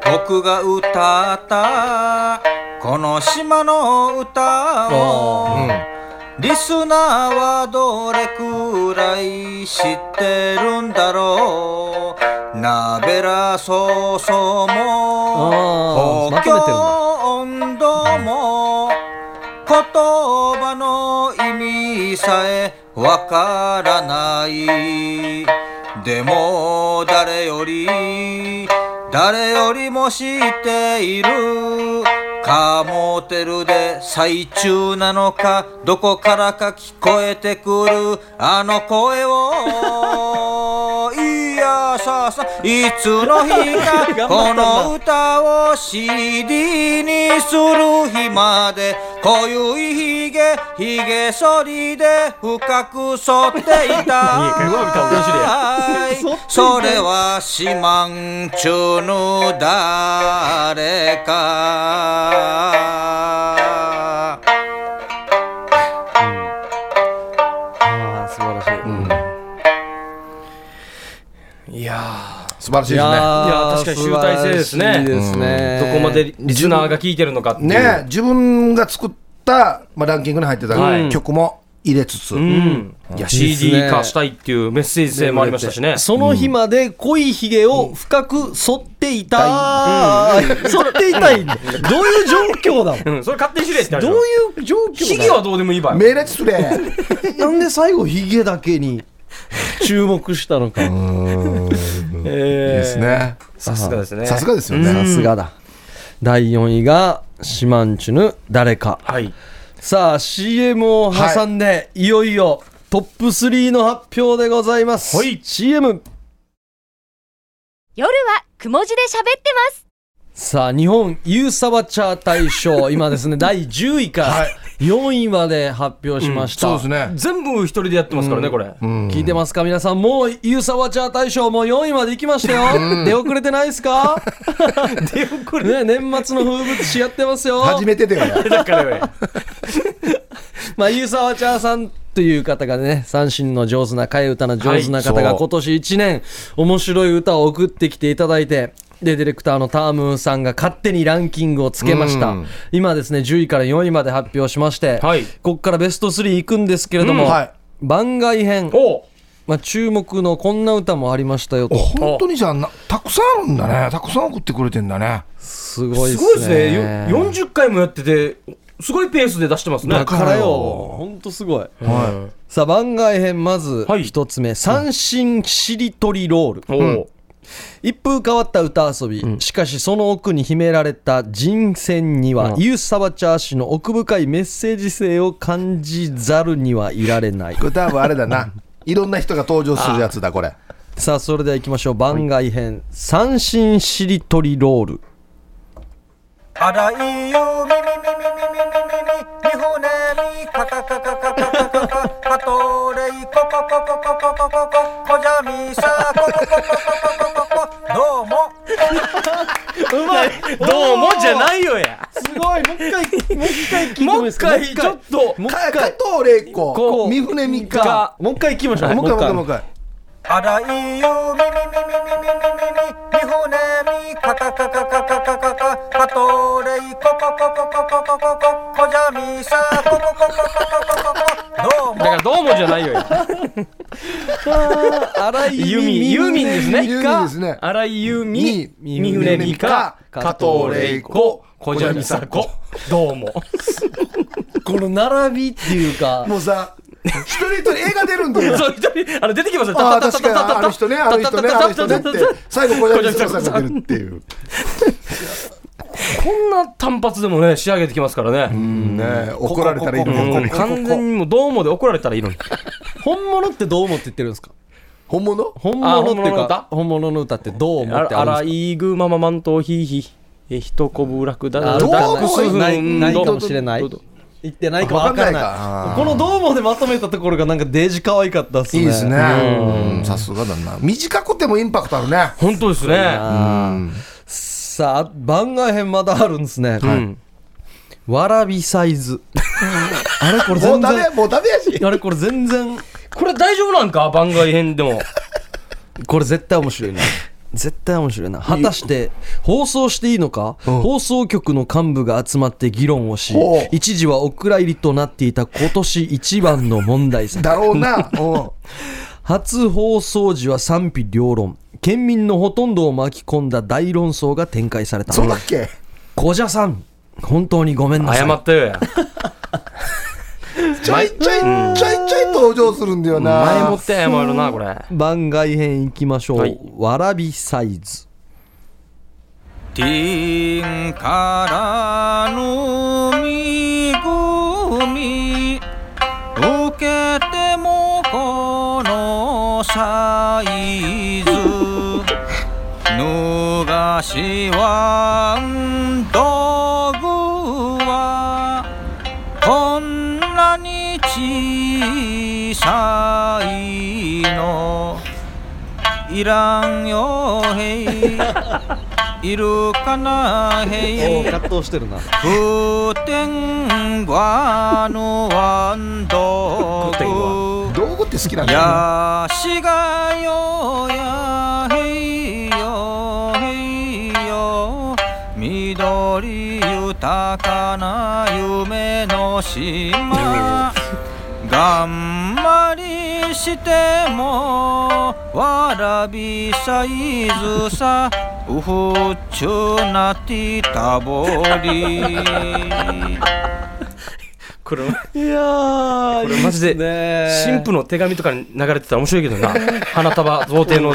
G: 僕が歌ったこの島の歌をリスナーはどれくらい知ってるんだろうなべらそうそうも
A: あーまとめてるんだ
G: 音頭も言葉の意味さえわからないでも誰より誰よりも知っているカモテルで最中なのかどこからか聞こえてくるあの声をいやさあさあいつの日かこの歌を CD にする日まで濃ゆいひげひげ剃りで深く剃っていた
H: いいかうわ歌う面白い
G: はいそれは島んちゅうの誰か
H: あー素晴らしい、い
C: 素晴らし
A: い
C: いですね
A: や
H: や確かに集大成ですね
A: ですね、
H: どこまでリスナーが聞いてるのかっていう
C: ねえ自分が作った、まあ、ランキングに入って
H: はい
C: た曲も入れつつ、
H: うん、いや
A: いいっすね
H: CD 化したいっていうメッセージ性もありましたしね
A: その日まで濃いひげを深く剃っていたい、剃っていた いどういう状況だ
H: うん、それ勝手に知れって
A: どういう状況だ
H: ヒゲはどうでもいいばよ
C: 命令すれ
A: なんで最後ヒゲだけに注目したのか
C: いいですね
H: さすがですね
C: さすがですよ
A: さ
C: ね
A: すがだ第4位がシマンチュヌ誰か
H: はい
A: さあ CM を挟んで、い、よいよトップ3の発表でございます、CM
F: 夜はくも字で喋ってます。
A: さあ日本ユーサバチャー大 賞今ですね第10位から4位まで発表しました、
C: そうですね
H: 全部一人でやってますからねこれ
A: 聞いてますか皆さんもうユーサバチャー大賞もう4位まで行きましたよ出遅れてないです か出遅れ、ね、年末の風物詩やってますよ
C: 初めてだよね
H: だからよ
A: まあ、ゆうさわちゃーさんという方がね、三振の上手な、替え歌の上手な方
C: は
A: が
C: い
A: 今年一年、面白い歌を送ってきていただいて、で、ディレクターのタームーさんが勝手にランキングをつけました
C: うん。
A: 今ですね、10位から4位まで発表しまして、
H: はい
A: ここからベスト3いくんですけれども、
C: うんはい
A: 番外編、
H: おう
A: まあ、注目のこんな歌もありましたよと。
C: 本当にじゃあなたくさんあるんだねたくさん送ってくれてんだね
A: すごいですすね。
H: ごいですねよ40回もやっててすごいペースで出してますね
A: だからよ、ほんとすごい。
C: は
A: さあ、番外編、まず
H: はい
A: 一つ目、三振しりとりロール。
H: おう
A: 一風変わった歌遊び、しかしその奥に秘められた人選には、ユースサバチャー氏の奥深いメッセージ性を感じざるにはいられない
C: いこれ多分あれだないろんな人が登場するやつだこれ
A: さあそれではいきましょう番外編、三振しりとりロール
G: 荒いよみみみみみみみみみみほねみかかかかかかかかかかとれいここここここここここじゃみさここここここここどうも
H: どうもじゃないよや
A: すごいもう一回もう一回聞いて
H: もう一回ちょっと
A: もう
C: か加藤玲子三船美香
A: もう一回聞きましょう
C: もう一回もう一回もう一回
G: 荒いよみみみみみみみみみみほねみかかかかかかかかかかとれいここここここここここじゃみさここここここここどう
H: だ
G: も
H: からどうもじゃない よや
A: 荒井由実
H: ユーミンですね
C: 有名ですね
H: 荒井由実
A: み
H: 三船美香
A: 加
H: 加
A: 藤
H: 藤
A: 玲
H: 玲子小島美佐子どうも
A: この並びっていう か
C: もうさ一人一人絵が出るんだよ
H: そう一人あの出てきますよ
C: ああ確かにあの人ねあの人ねあの人ねって最後小島さんが出るっていう
H: こんな単発でもね仕上げてきますからね
C: ね怒られたらいいの
H: う
C: に
H: ん完全にもうどうもで怒られたらいいのに
A: 本物ってどう思って言ってるんですか
C: 本物
A: 本物っていうか
H: あ
A: 本物の歌ってどう思ってあるんですか
H: 荒井グマママントヒーヒーえ一こぶ楽だ
A: あどう
H: ダックス
A: も
H: フン
A: ないないかもしれない
H: どうどう
A: 言ってないかわからない
C: わかんないか
A: この「どうも」でまとめたところがなんかデージ可愛かったっすね
C: いいですねうんさすがだな短くてもインパクトあるね
H: 本当ですね
A: あーさあ番外編まだあるんですね、
H: ん
A: わらびサイ ズあれこれ
C: もう
A: 全
C: ダメ
A: 然
C: もうダメやし
A: あれこれ全然
H: これ大丈夫なんか番外編でも
A: これ絶対面白いな 絶対面白いな果たして放送していいのか放送局の幹部が集まって議論をし
C: ほう
A: 一時はお蔵入りとなっていた今年一番の問題作
C: だろうなうん
A: 初放送時は賛否両論県民のほとんどを巻き込んだ大論争が展開された
C: そうだっけ
A: 小じゃさん本当にごめんなさい
H: 謝ったよや
C: ちょいちょいちょいちょい登場するんだよな
H: 前もって謝るなこれ
A: 番外編いきましょう、
H: はい
A: わらびサイズ
G: ティーンからのみぐみ受けてもこのサイズ脱がしはん道具はこんなに小さいの一いらんよへ いいるかなへい
A: お葛藤してるな
G: 不天はのワンドグ
C: 道具って好きなんだよな
G: やしがよやへいよへいよ緑豊かな夢の島頑張りしてもわらびサイズさうふっちゅうなティタボリ
H: これ
A: いや
H: これマジで神父の手紙とかに流れてたら面白いけどな花束贈呈の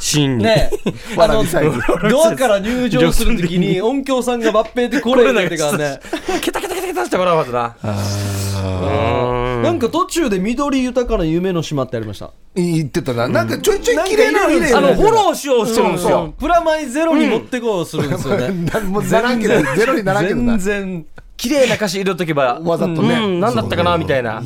H: シーンに、
A: ねえ、 あ
C: わら
A: の
C: びサイズ、
A: ドアから入場するときに音響さんが抜兵でこれ入れてからね。
H: ケタケタケタケタしてもらうはずな
A: うんなんか途中で緑豊かな夢の島ってありました。
C: 言ってたななんかちょいちょい綺麗
A: なん
C: な
A: か入れる
C: 綺麗
H: あ
C: な
H: のフォローしようしてるんです
A: うん
H: よ
A: プラマイゼロに持ってこうするん ですよね。
C: なんもうならんけどゼロにならんけど
A: 全
C: な
A: 然。
H: 綺麗な歌詞入れとけば
C: わざと
H: う
C: ね
H: ん何だったかなみたいな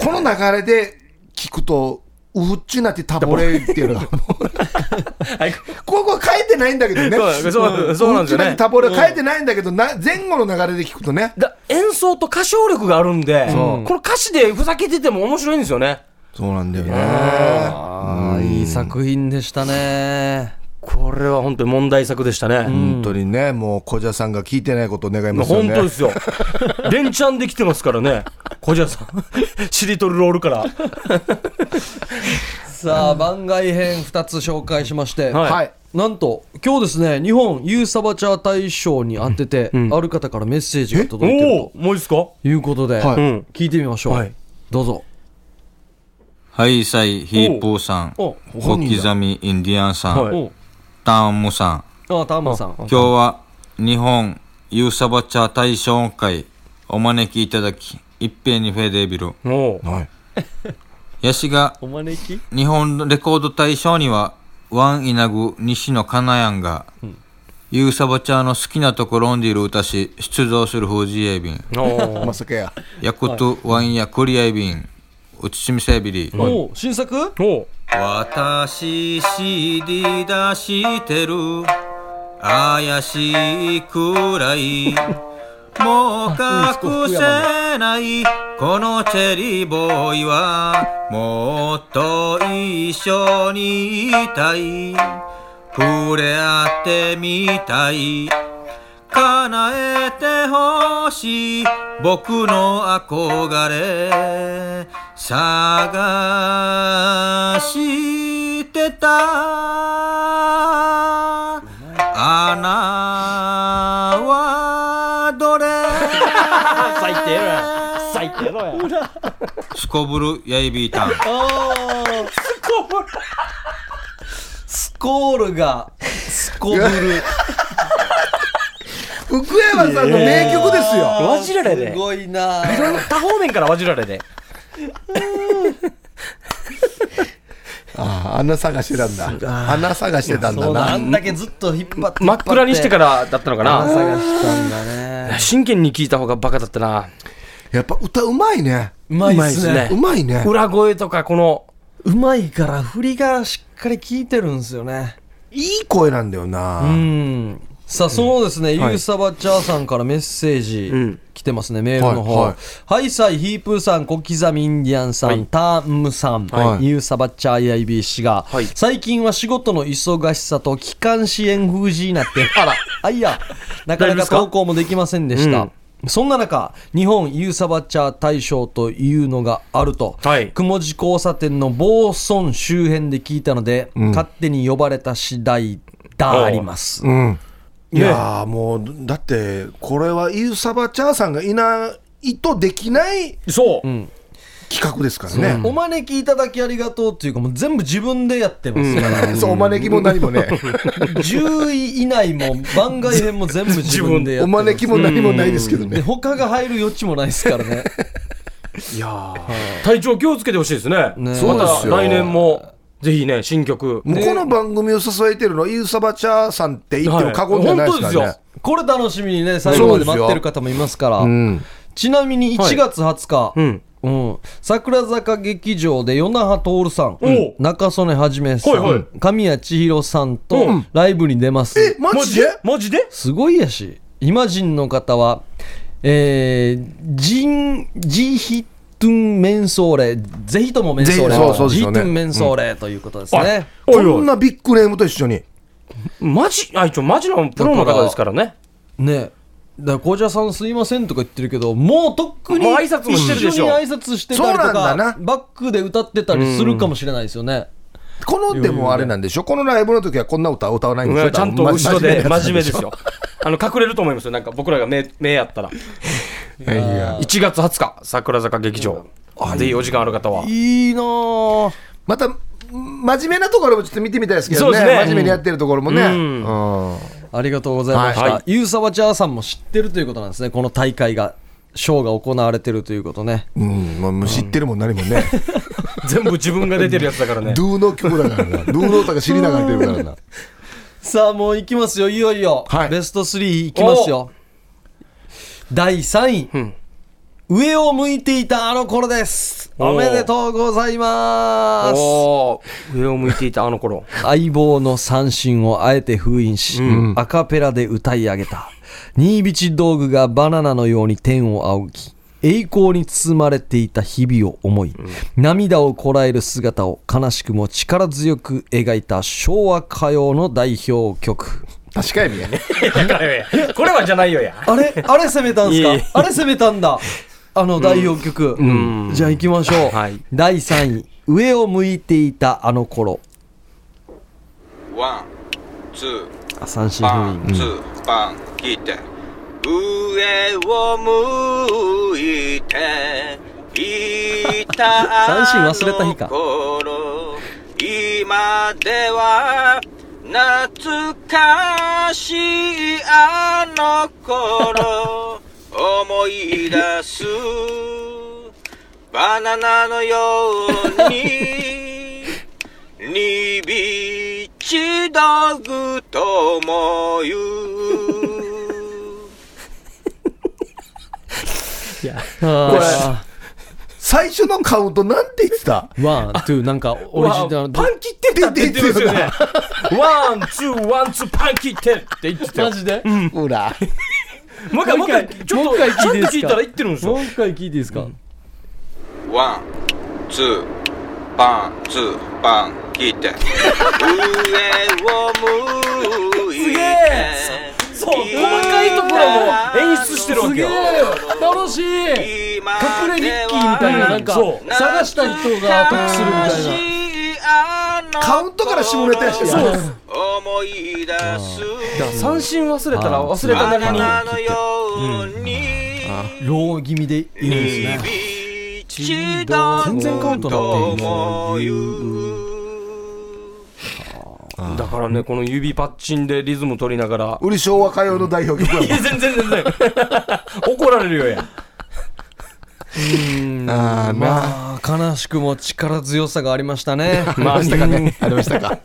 C: この流れで聞くとウフッチュなってタボレっていうのがもうなんか
H: はい
C: ここは書いてないんだけどね
H: そうそうそうなんですよね
C: ウフッチュナティタボレ書いてないんだけどな前後の流れで聞くとね
H: だ演奏と歌唱力があるんで、この歌詞でふざけてても面白いんですよね。
C: そうなんだよね
A: ああ、いい作品でしたね。
H: これは本当に問題作でしたね。
C: 本当にねもう小じゃさんが聞いてないことを願い
H: も
C: ま
H: う
C: すよ
H: 本
C: ね
H: 当ですよ。連チャンできてますからね。小 じさん。しりとりロールから。
A: さあ、番外編2つ紹介しまして、
H: はい
C: はい
A: なんと、今日ですね、日本ユーサバチャー大賞に当てて、ある方からメッセージが届いてる
H: おおもういいですかは
A: ということで、
C: はい
H: うん
A: 聞いてみましょう。
H: はい
A: どうぞ。
I: はい、サイ、ヒーポーさん、
A: お
I: 小刻みインディアンさん、
H: い。
A: お
I: ターンモさん、
A: ああ、ターマンさん。
I: 今日は日本ユーサバチャー大賞会お招きいただき、一平二平デビル。
H: おお
C: はい
I: ヤシが
A: お招き
I: 日本レコード大賞には、ワンイナグ西野カナヤンが、ユーサバチャーの好きなところんでいる歌し、出場するフジエビン、
C: まさかや
I: ヤクトワインやクリアエビン、ウチシミセビリ。
A: お新作
H: お
I: 私 CD 出してる怪しいくらいもう隠せないこのチェリーボーイはもっと一緒にいたい触れ合ってみたい叶えてほしい僕の憧れ探してたあなはどれ
H: 最低のや。最低のや。
I: すこぶるやいびーたん
A: スコールがスコブル
C: 福山さんの名曲ですよ
H: わじられで。
A: す
H: いろ
A: ごいなあ
H: んな多方面からわじられで。
C: ああ穴探してたんだ穴探してたんだ
A: そうだあ
C: なん
A: だけずっと引っ張って
H: 真っ暗にしてからだったのか
A: ら
H: な。
A: 探したんだね
H: 真剣に聞いた方がバカだったな。
C: やっぱ歌うまいね
A: うまいっす
H: うまいっ
A: ね
H: す
C: うまいね
H: 裏声とかこの、
A: うまいから振りがしっかり効いてるんですよね
C: いい声なんだよな
A: うんさあそのですね、ユーサバチャーさんからメッセージ
H: ん
A: 来てますね、メールの方
C: はい
A: は
C: はい
A: い、サイヒープーさん小刻みインディアンさん、ターンムさん、
C: はい
A: ユーサバチャー IIB 氏が、
H: はい
A: 最近は仕事の忙しさと機関支援封じになってあら あいやなかなか投稿もできませんでした、そんな中、日本ユーサバチャー大賞というのがあると、
H: はい
A: 雲寺交差点の房村周辺で聞いたので、勝手に呼ばれた次第だあります。
C: うんいやーもうだってこれはイウサバチャーさんがいないとできない
H: そう。
C: 企画ですからね
A: お招きいただきありがとうっていうかもう全部自分でやってますから、
C: そうお招きも何も ね
A: 10位以内も番外編も全部自分でやっ
C: お
A: てます
C: 招きも何もないですけど
A: で
C: ね
A: 他が入る余地もないですから ね
H: 体調気をつけてほしいですね。
A: ね
C: そうですよ
H: 来年も、ぜひね、新曲。
C: もうこの番組を支えてるのはイウサバチャーさんって言っても過言じゃないですか
H: はい本当で
C: ら
H: す
C: ね
H: よ
A: これ楽しみにね最後まで待ってる方もいますから
C: うん
A: ちなみに1月20日、
H: うん
A: うん、桜坂劇場で与那覇徹さん、
C: おう
A: 中曽根はじめさん、
C: はいはい
A: 神谷千尋さんと
C: うん
A: ライブに出ます、
C: えマジで
A: マジですごいやしイマジンの方はえー、ジンジヒトゥンメンソーレぜひともメンソーレ
C: ぜひそうそうです
A: ジ
C: よ
A: ヒ
C: ね
A: トゥンメンソーレということですね、
C: こんなビッグネームと一緒に。
H: マジ、あ、一応マジのプロの方ですからね。
A: ねだから紅茶さんすいませんとか言ってるけどもうとっくに
H: もう挨拶もしてるでし
A: 一緒
H: ょ
A: に挨拶してたりと
C: そうな
A: か
C: んだな
A: バックで歌ってたりするかもしれないですよね、
C: このでもあれなんでしょこのライブの時はこんな歌は歌わないんでし
H: う
C: ょ
H: んちゃんと後ろで
C: 多分
H: 真面目ですよ。あの隠れると思いますよ。なんか僕らが目目やったら。
C: いやいや
H: 1月20日桜坂劇場。ぜひお時間ある方は。
A: いいなぁ
C: また真面目なところもちょっと見てみたいですけ
H: そう
C: ど
H: で
C: ね
H: すね
C: 真面目にやってるところもね、
H: うん
C: うん
A: ありがとうございました、
C: はいはい
A: ゆうさばちゃーさんも知ってるということなんですねこの大会がショーが行われてるということね
C: うんもうもう知ってるもん何もね、
H: 全部自分が出てるやつだ からね。
C: ドゥーの曲だからな、ドゥーの歌が知りながら出るからな、
A: さあもういきますよいよいよ、ベスト3いきますよ第3位、上を向いていたあの頃です
H: おー
A: おめでとうございます
H: おー上を向いていたあの頃。
A: 相棒の三振をあえて封印し、
H: うん
A: アカペラで歌い上げた新チ道具がバナナのように天を仰ぎ栄光に包まれていた日々を思い、涙をこらえる姿を悲しくも力強く描いた昭和歌謡の代表曲
C: 確かにね
H: これはじゃない よや。
A: あれあれ攻めたんす
H: いい
A: かあれ攻めたんだあの代表曲、
H: うん
A: じゃあ行きましょう、
H: はい
A: 第3位上を向いていたあの頃
G: ワン、ツー、
A: あ三振
G: パン
A: 封、印、
G: ツー、パン、切って。上を向いて、いた。
A: 三振忘れた日か
G: 今では、懐かしいあの頃、思い出す。バナナのように、 にびちどぐともゆ
C: これ最初のカウントなんて言ってた
A: ワン、ツー、なんか、オリジナル。
H: パン切ってたって言ってますよね。ワン、ツー、ワン、ツー、パン切ってって言ってたよ。
A: マジで
C: ほら
H: もう一回、もう一回、ちょっと、ちゃんと聞いたら言ってるんですよ。
A: もう一回聞いていいですか
G: ワン、ツー、パン、ツー、パン、切って。上を向いて。
H: そう、細かいところも演出してるわけよ。
A: 楽しい隠れリッキーみたいな、なんか
H: そ、
A: 探した人が得するみたいな。
C: カウントから下ネタやし
H: そう
C: や
G: 思い出す。
H: だから三振忘れたら忘れたなりに
G: バナナのように、
A: ロー気味でいいんですね。
G: びちど
A: 全然カウントなっていい
G: もゆ
H: だからねこの指パッチンでリズム取りながら
C: 俺昭和歌謡の代表曲やもん
H: 全然全然 怒られるよや
C: あーまあ
A: まあ、悲しくも力強さがありましたね。
H: まあしたかね
C: ありましたか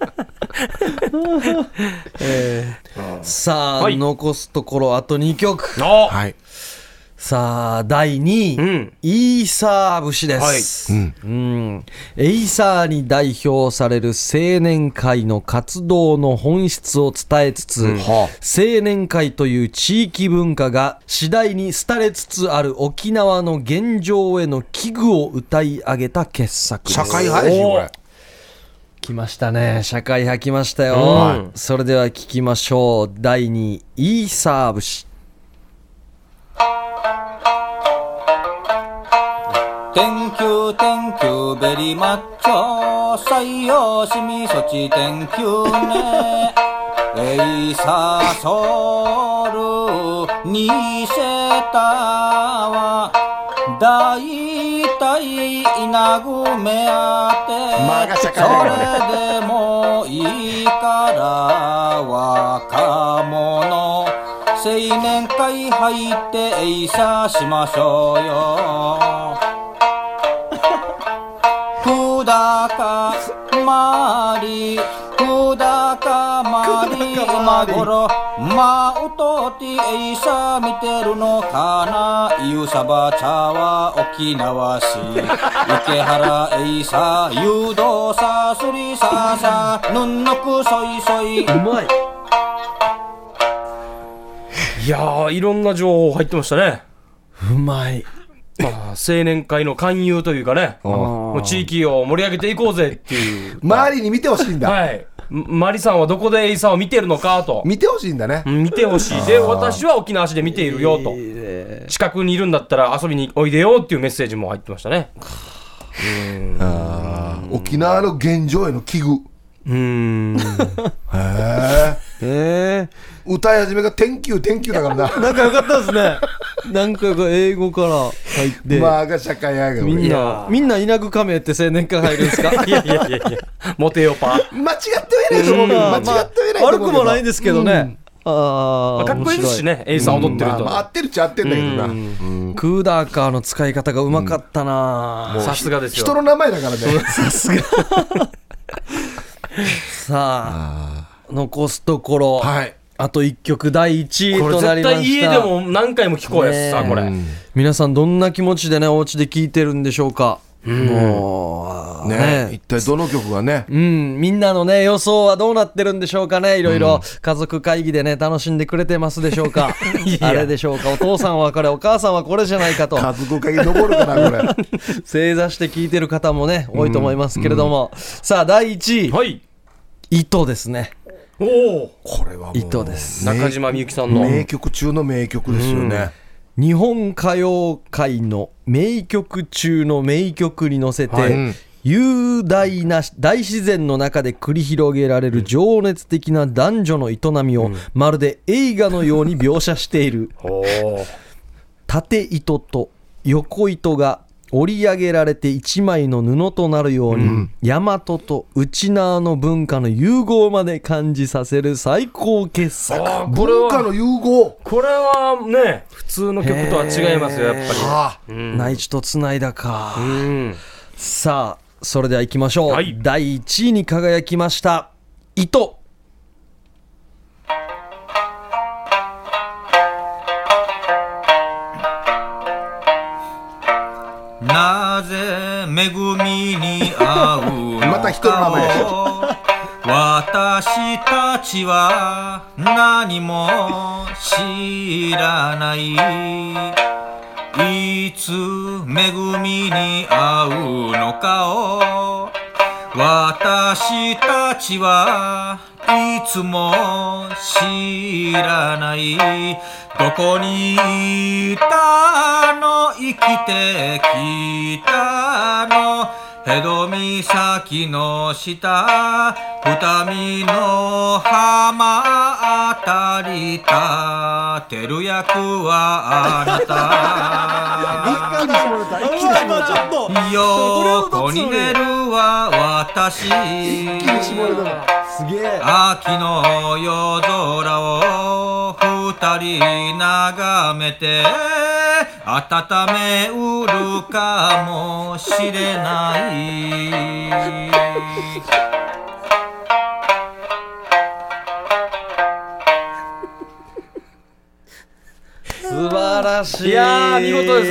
A: さあ、
H: はい
A: 残すところ あと2曲。
H: あ
C: はい
A: さあ、第
H: う
A: 2位。
H: ん
A: イーサー節です、
C: はい
A: うん、エイサーに代表される青年会の活動の本質を伝えつつ、青年会という地域文化が次第に廃れつつある沖縄の現状への危惧を歌い上げた傑作です
C: 社会派やしこれ
A: 来ましたね社会派来ましたよ、
H: うん
A: それでは聞きましょう第2位イーサー節
J: 天球天球ベリマッチョ採用しみそち天球ねエイサーソウルにせたはだいたい稲ぐめあ
C: 間が
J: て
C: 社
J: そ
C: 会派
J: れでもいいから若者青年会入ってエイサーしましょうよくだかまりくだかまり今頃
K: マウトティエイサ見てるのかなユサバチャは沖縄 市池原エイサ誘導さすりささぬんのくそいそいう
A: まい
H: いやー、いろんな情報入ってましたね。
A: うまい。
H: まあ、青年会の勧誘というかね、もう地域を盛り上げていこうぜっていう。
C: 周りに見てほしいんだ。
H: はい。マリさんはどこでエイサを見てるのかと。
C: 見てほしいんだね。
H: 見てほしい。で、私は沖縄市で見ているよと。近くにいるんだったら遊びにおいでよっていうメッセージも入ってましたね。
C: あー沖縄の現状への危惧。
H: うーん。
C: へ
A: え。
C: 歌い始めが「天球天球」だからな。
A: なんかよかったですね。なんかが英語から入って。
C: まあが社会やが
A: みんな、みんな稲具亀って青年会入るんですか
H: いやいやいやいや、モテよパー。
C: 間違ってはいないと思うけど、間違ってはいないと思う け
A: 悪
C: ど
A: くもないんですけどね。あ
H: まあ
A: あ、
H: かっこいいですしね、エイさん踊ってる
C: まあまあ合
H: と。
C: ってるっちゃ合ってんだけどな、
A: 面白い。クーダーカーの使い方がうまかったな、
H: さすがです
C: 人
H: よ。
C: の名前だからね
A: さすが。さあ、残すところ、
C: はい
A: あと1曲第1位
H: これ
A: とな
H: 絶
A: りました。
H: 対家でも何回も聞こうやつさ、これ。
A: 皆さんどんな気持ちでねお家で聞いてるんでしょうか、もう
C: ね一体どの曲がね
A: うん、みんなのね予想はどうなってるんでしょうかねいろいろ、家族会議でね楽しんでくれてますでしょう かあれでしょうかお父さんはこれお母さんはこれじゃないかと
C: 家族会議登るかなこれ
A: 正座して聞いてる方もね多いと思いますけれども、さあ第1位、
H: はい。
A: 糸ですね
H: おお。
C: これはも
A: 糸
C: う
A: です
H: 中島みゆきさんの。
C: 名曲中の名曲ですよね、
A: 日本歌謡界の名曲中の名曲に乗せて、
C: はい
A: 雄大な大自然の中で繰り広げられる情熱的な男女の営みを、まるで映画のように描写してい る
H: おお。
A: 縦糸と横糸が織り上げられて一枚の布となるように、大和と内縄の文化の融合まで感じさせる最高傑作
H: あーこれ
C: 文化
H: は
C: の融合
H: これはね普通の曲とは違いますよやっぱり
C: あ
A: 内地とつないだか、
H: うん
A: さあそれでは行きましょう、
H: はい
A: 第1位に輝きました「糸
G: なぜ恵みに会うの
C: また人の名前でし
G: 私たちは何も知らないいつ恵みに会うのかを私たちはいつも知らないどこにいたの生きてきたのヘド岬の下二見の浜あたり立てる役はあな た
C: びっくりしてもらった一気
G: 横に寝るは私
C: に絞れたなすげえ
G: 秋の夜空を二人眺めて温めうるかもしれない
A: 素晴らしい
H: いやー見事で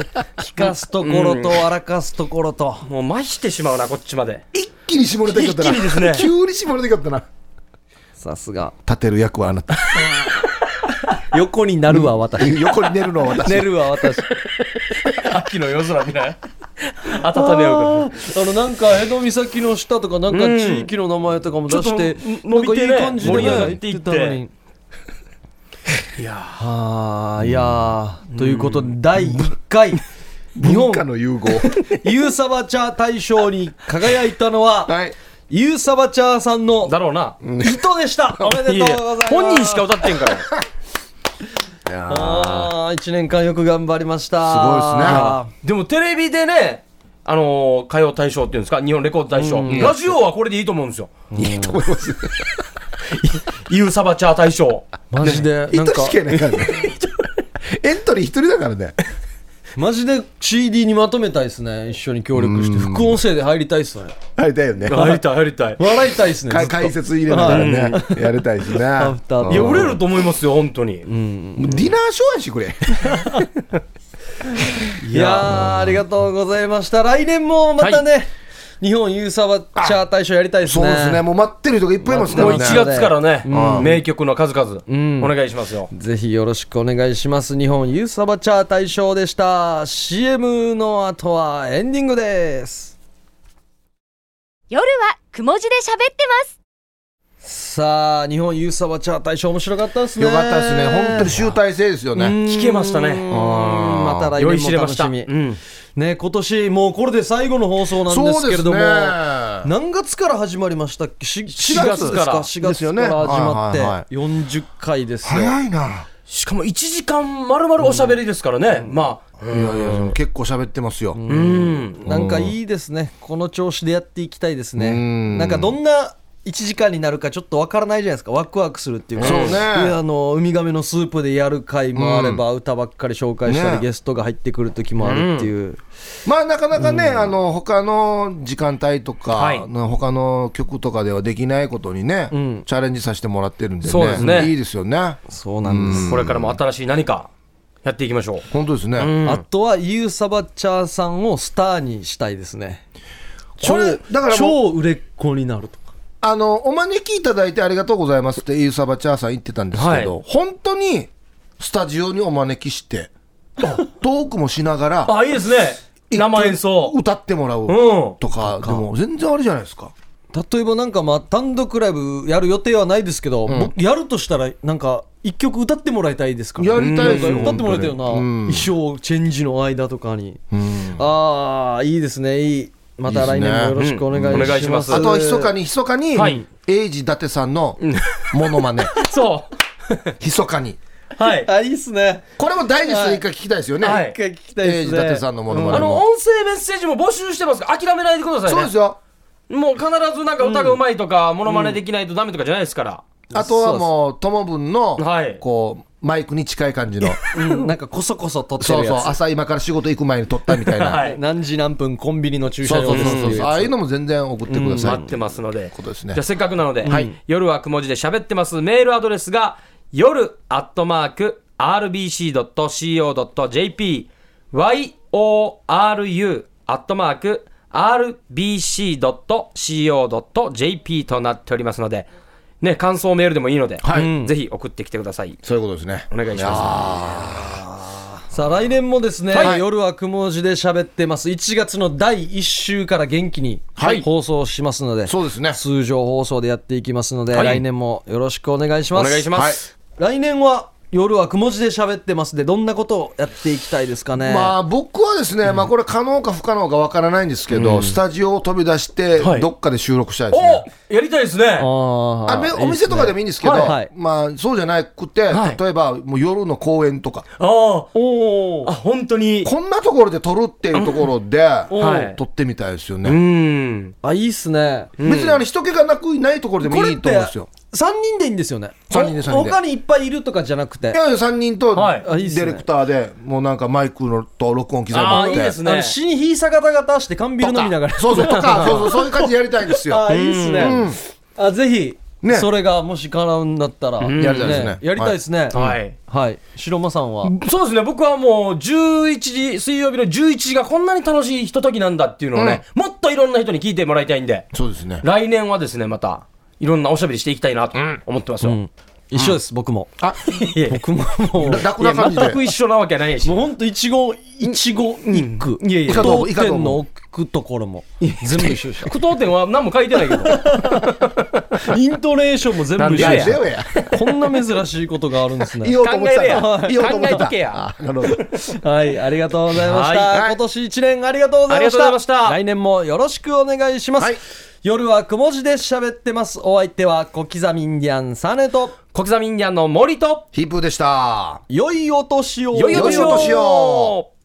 H: す
A: ね 聞かすところと笑かすところと、
H: もうましてしまうなこっちまで
C: 一気に絞れたかったな
H: 一気にですね
C: 急に絞れたかったな
A: さすが
C: 立てる役はあなた
A: 横になるわ私
C: 横に寝るのは私
A: 寝るわ 私
H: 秋の夜空みたいな温めようか
A: あのなんか江戸岬の下とかなんか地域の名前とかも出して、
H: うんちょっと
A: なんか
H: 伸び
A: い
H: て
A: い
H: ね
A: 感じで、
H: 盛り上が
A: ね、
H: っていって
A: 言のに
H: いや
A: あーいやー、ということで第1回日
C: 文
A: 本
C: 化の融合
A: ユーサバチャー大賞に輝いたのは、
C: はい
A: ユーサバチャーさんの
H: だろうな
A: 人でした。おめで
H: いや
A: と
H: いうや
A: ございます。
H: 本人しか歌ってんから
A: あー一年間よく頑張りました。
C: すごいですね
A: あ
H: でもテレビでねあのー歌謡大賞っていうんですか日本レコード大賞ラジオはこれでいいと思うんですよ
C: いいと思います
H: ユーサバチャー大賞
A: ーマジで、なん
C: 一
A: か
C: 人しかいないからねエントリー一人だからね
A: マジで CD にまとめたいですね。一緒に協力して。
C: うん
A: 副音声で入りたいっすね。
C: 入りたいよね
A: 入りたい入りたい笑いたいっすね
C: か
A: ずっと
C: 解説入れながらねやりたいしね
A: アフタートーク
C: うん
A: いや俺
H: 売れると思いますよ、本当に。
C: もうディナーショーやしくれ
A: いやー、ありがとうございました。来年もまたね、日本ユーサバチャー大賞やりたいですね。
C: そうですねもう待ってる人がいっぱいいますから
A: も
C: ね
A: う
H: 1月からね、
A: うん
H: 名曲の数々、
A: ん
H: お願いしますよ。
A: ぜひよろしくお願いします。日本ユーサバチャー大賞でした。CM の後はエンディングです。
F: 夜はくも字で喋ってます
A: さあ、日本ユーサバチャー大賞面白かったですね。
C: よかったですね本当に集大成ですよね
A: 聞けましたね。また来
H: 酔い
A: 年
H: し
A: も
H: れま
A: 楽
H: した
A: しみ。ね、今年もうこれで最後の放送なんですけれども、
C: そうですね
A: 何月から始まりましたっけし ?4 月ですか ?4
C: です
A: 月
C: よね
A: から始まって
C: はいはいはい
A: 40回ですよ。
C: 早いな
H: しかも1時間まるまるおしゃべりですからね、まあ。
C: いやいやでも結構喋ってますよ
H: ん
A: なんか
C: い
A: いいですね。この調子でやっていきたいですね。
C: ん
A: なんかどんな1時間になるかちょっとわからないじゃないですか。ワクワクするっていうか。
C: そうね
A: であの、ウミガメのスープでやる回もあれば、
C: う
A: 歌ばっかり紹介したり、
C: ね
A: ゲストが入ってくる時もあるっていう。
C: まあなかなかね、あの他の時間帯とか、
A: はい
C: 他の曲とかではできないことにね、チャレンジさせてもらってるんでね
H: そうですね
C: いいですよね
A: そうなんです
H: これからも新しい何かやっていきましょう。
C: 本当ですね、
H: うん
A: あとはユーサバチャーさんをスターにしたいですね。
C: これ
A: 超
C: だからも
A: 超売れっ子になるとか。
C: あのお招きいただいてありがとうございますってイーサバチャーさん言ってたんですけど、
H: はい
C: 本当にスタジオにお招きしてトークもしながら
H: あ、いいですね。生演奏。
C: 歌ってもらう
H: うん
C: とか、でも全然あれじゃないですか
A: 例えばなんかまあ単独ライブやる予定はないですけど、
C: うん
A: 僕やるとしたらなんか一曲歌ってもらいたいですから、
C: やりたいですよ
A: なんか歌ってもらいたいよな、
C: 本当にう
A: 衣
C: ん
A: 装チェンジの間とかに、ああいいですねいいまた来年もよろしくお願いします,、
H: いいですねうんお願いします
C: あとは密かに密かに、
H: はい
C: エイジ伊達さんのモノ マネ
H: そう。
C: 密かに
H: はい。
A: あいいっすね
C: これも大事ですね一回聞きたいですよね、
H: はい一
A: 回聞きたい
C: エ
A: で
C: イジ
A: す
C: 伊
A: ね
C: 達さんのモノマ
H: あ
C: ネ
H: の、
C: も、
H: 音声メッセージも募集してますから、諦めないでくださいね。
C: そうですよ
H: もう必ずなんか歌がうまいとか、モノマネできないとダメとかじゃないですから。
C: あとはもうともぶんの、
H: はい
C: こうマイクに近い感じの
A: うんなんかこそこそ撮って
C: そう
A: る
C: そう
A: やつ
C: 朝今から仕事行く前に撮ったみた いな、
H: はい
A: 何時何分コンビニの駐車
C: そう
A: 場
C: そう
A: で
C: そう
A: すってい
C: そう
A: う
C: ああ
A: や
C: いうのも全然送ってください、
H: 待ってますので。
C: ことですね
H: じゃあせっかくなので、
C: はい
H: 夜はくも字で喋ってますメールアドレスが夜アットマーク RBC.CO.JP YORU アットマーク RBC.CO.JP となっておりますのでね感想メールでもいいので、うんぜひ送ってきてください
C: そういうことですね
H: お願いしま
A: つさあ来年もですね、
H: はい
A: 夜はくも字で喋ってます1月の第1週から元気に
C: はい
A: 放送しますので、
C: そうですね
A: 通常放送でやっていきますので、
H: はい
A: 来年もよろしくお願いし
H: すお
A: ます。
H: 願いします、
A: 来年は夜はくも字で喋ってますで、どんなことをやっていきたいですかね。
C: まあ僕はですね、まあこれ可能か不可能かわからないんですけど、スタジオを飛び出して
H: はい
C: どっかで収録したいですね、
H: おやりたいですね
A: あ
C: あめお店とかでもいいんですけど、
A: はいはい
C: まあ、そうじゃなくて、
H: はい
C: 例えばもう夜の公園とか、
H: あー
A: お
H: あ
A: ー
H: 本当に
C: こんなところで撮るっていうところで、
H: はい
C: 撮ってみたいですよ
H: う
C: ね。
H: ん
A: あ、いいっすね。
C: 別にあの人気がなくないところでも
A: こ
C: い
A: れっ
C: いと
A: て
C: 思うんですよ
A: 3。人でいいんですよね。
C: 三人で三人で
A: 他にいっぱいいるとかじゃなくて
C: い。やいや3人とデ
H: はい
A: あいいっすね
C: ィレクターで、もうなんかマイクのと録音機材持
H: あ
C: っ
H: ーい
C: て。
H: いですね
A: あの死にひいさ方々して缶ビール飲みながら。
C: そうそうと か、そうそう、そういう感じでやりたいんですよ
A: あ。いいっすね。あぜひ、
C: ね
A: それがもし叶うんだったら、
C: やりたいですね
A: やりたいですね。
H: はい
A: はい。白間さんは。
H: そうですね、僕はもう11時、水曜日の11時がこんなに楽しいひとときなんだっていうのをね、もっといろんな人に聞いてもらいたいんで、
C: そうですね。
H: 来年はですね、また、いろんなおしゃべりしていきたいなと思ってますよ。
A: 一緒です、僕も。
C: あ、
H: いやいや
A: 僕ももう。
C: 楽
H: いや
C: な感じ
H: 全
C: で
H: く。一緒なわけないし
A: もう。ほんと、いちご、いちご肉。
H: いやい
C: イ
H: や
C: カ、どうも
A: 当
C: イカどう
A: 店の
C: も。
A: 置くところも全部一緒でし
H: 句読点は何も書いてないけど。
A: たイントネーションも全部
C: い
A: 一緒
C: や
A: で
C: い
A: し
C: やいや。
A: たこんな珍しいことがあるんですね
C: 言おうと思って
H: 考えれや
C: た。言おうと思って
H: 考え
C: た。
H: とけや
C: あ。なるほど。
A: はいありがとうございまし
H: はい
A: た
C: はい
A: 今年一年ありがとうございました
H: ありがとうございました
A: 来年もよろしくお願いします、
C: はい
A: 夜はくも字で喋ってますお相手は小刻みインディアンサネと
H: 小刻みインディアンの森と、
C: ヒープーでした。
A: 良いお年を
H: 良いお年
C: 良いお年を
H: を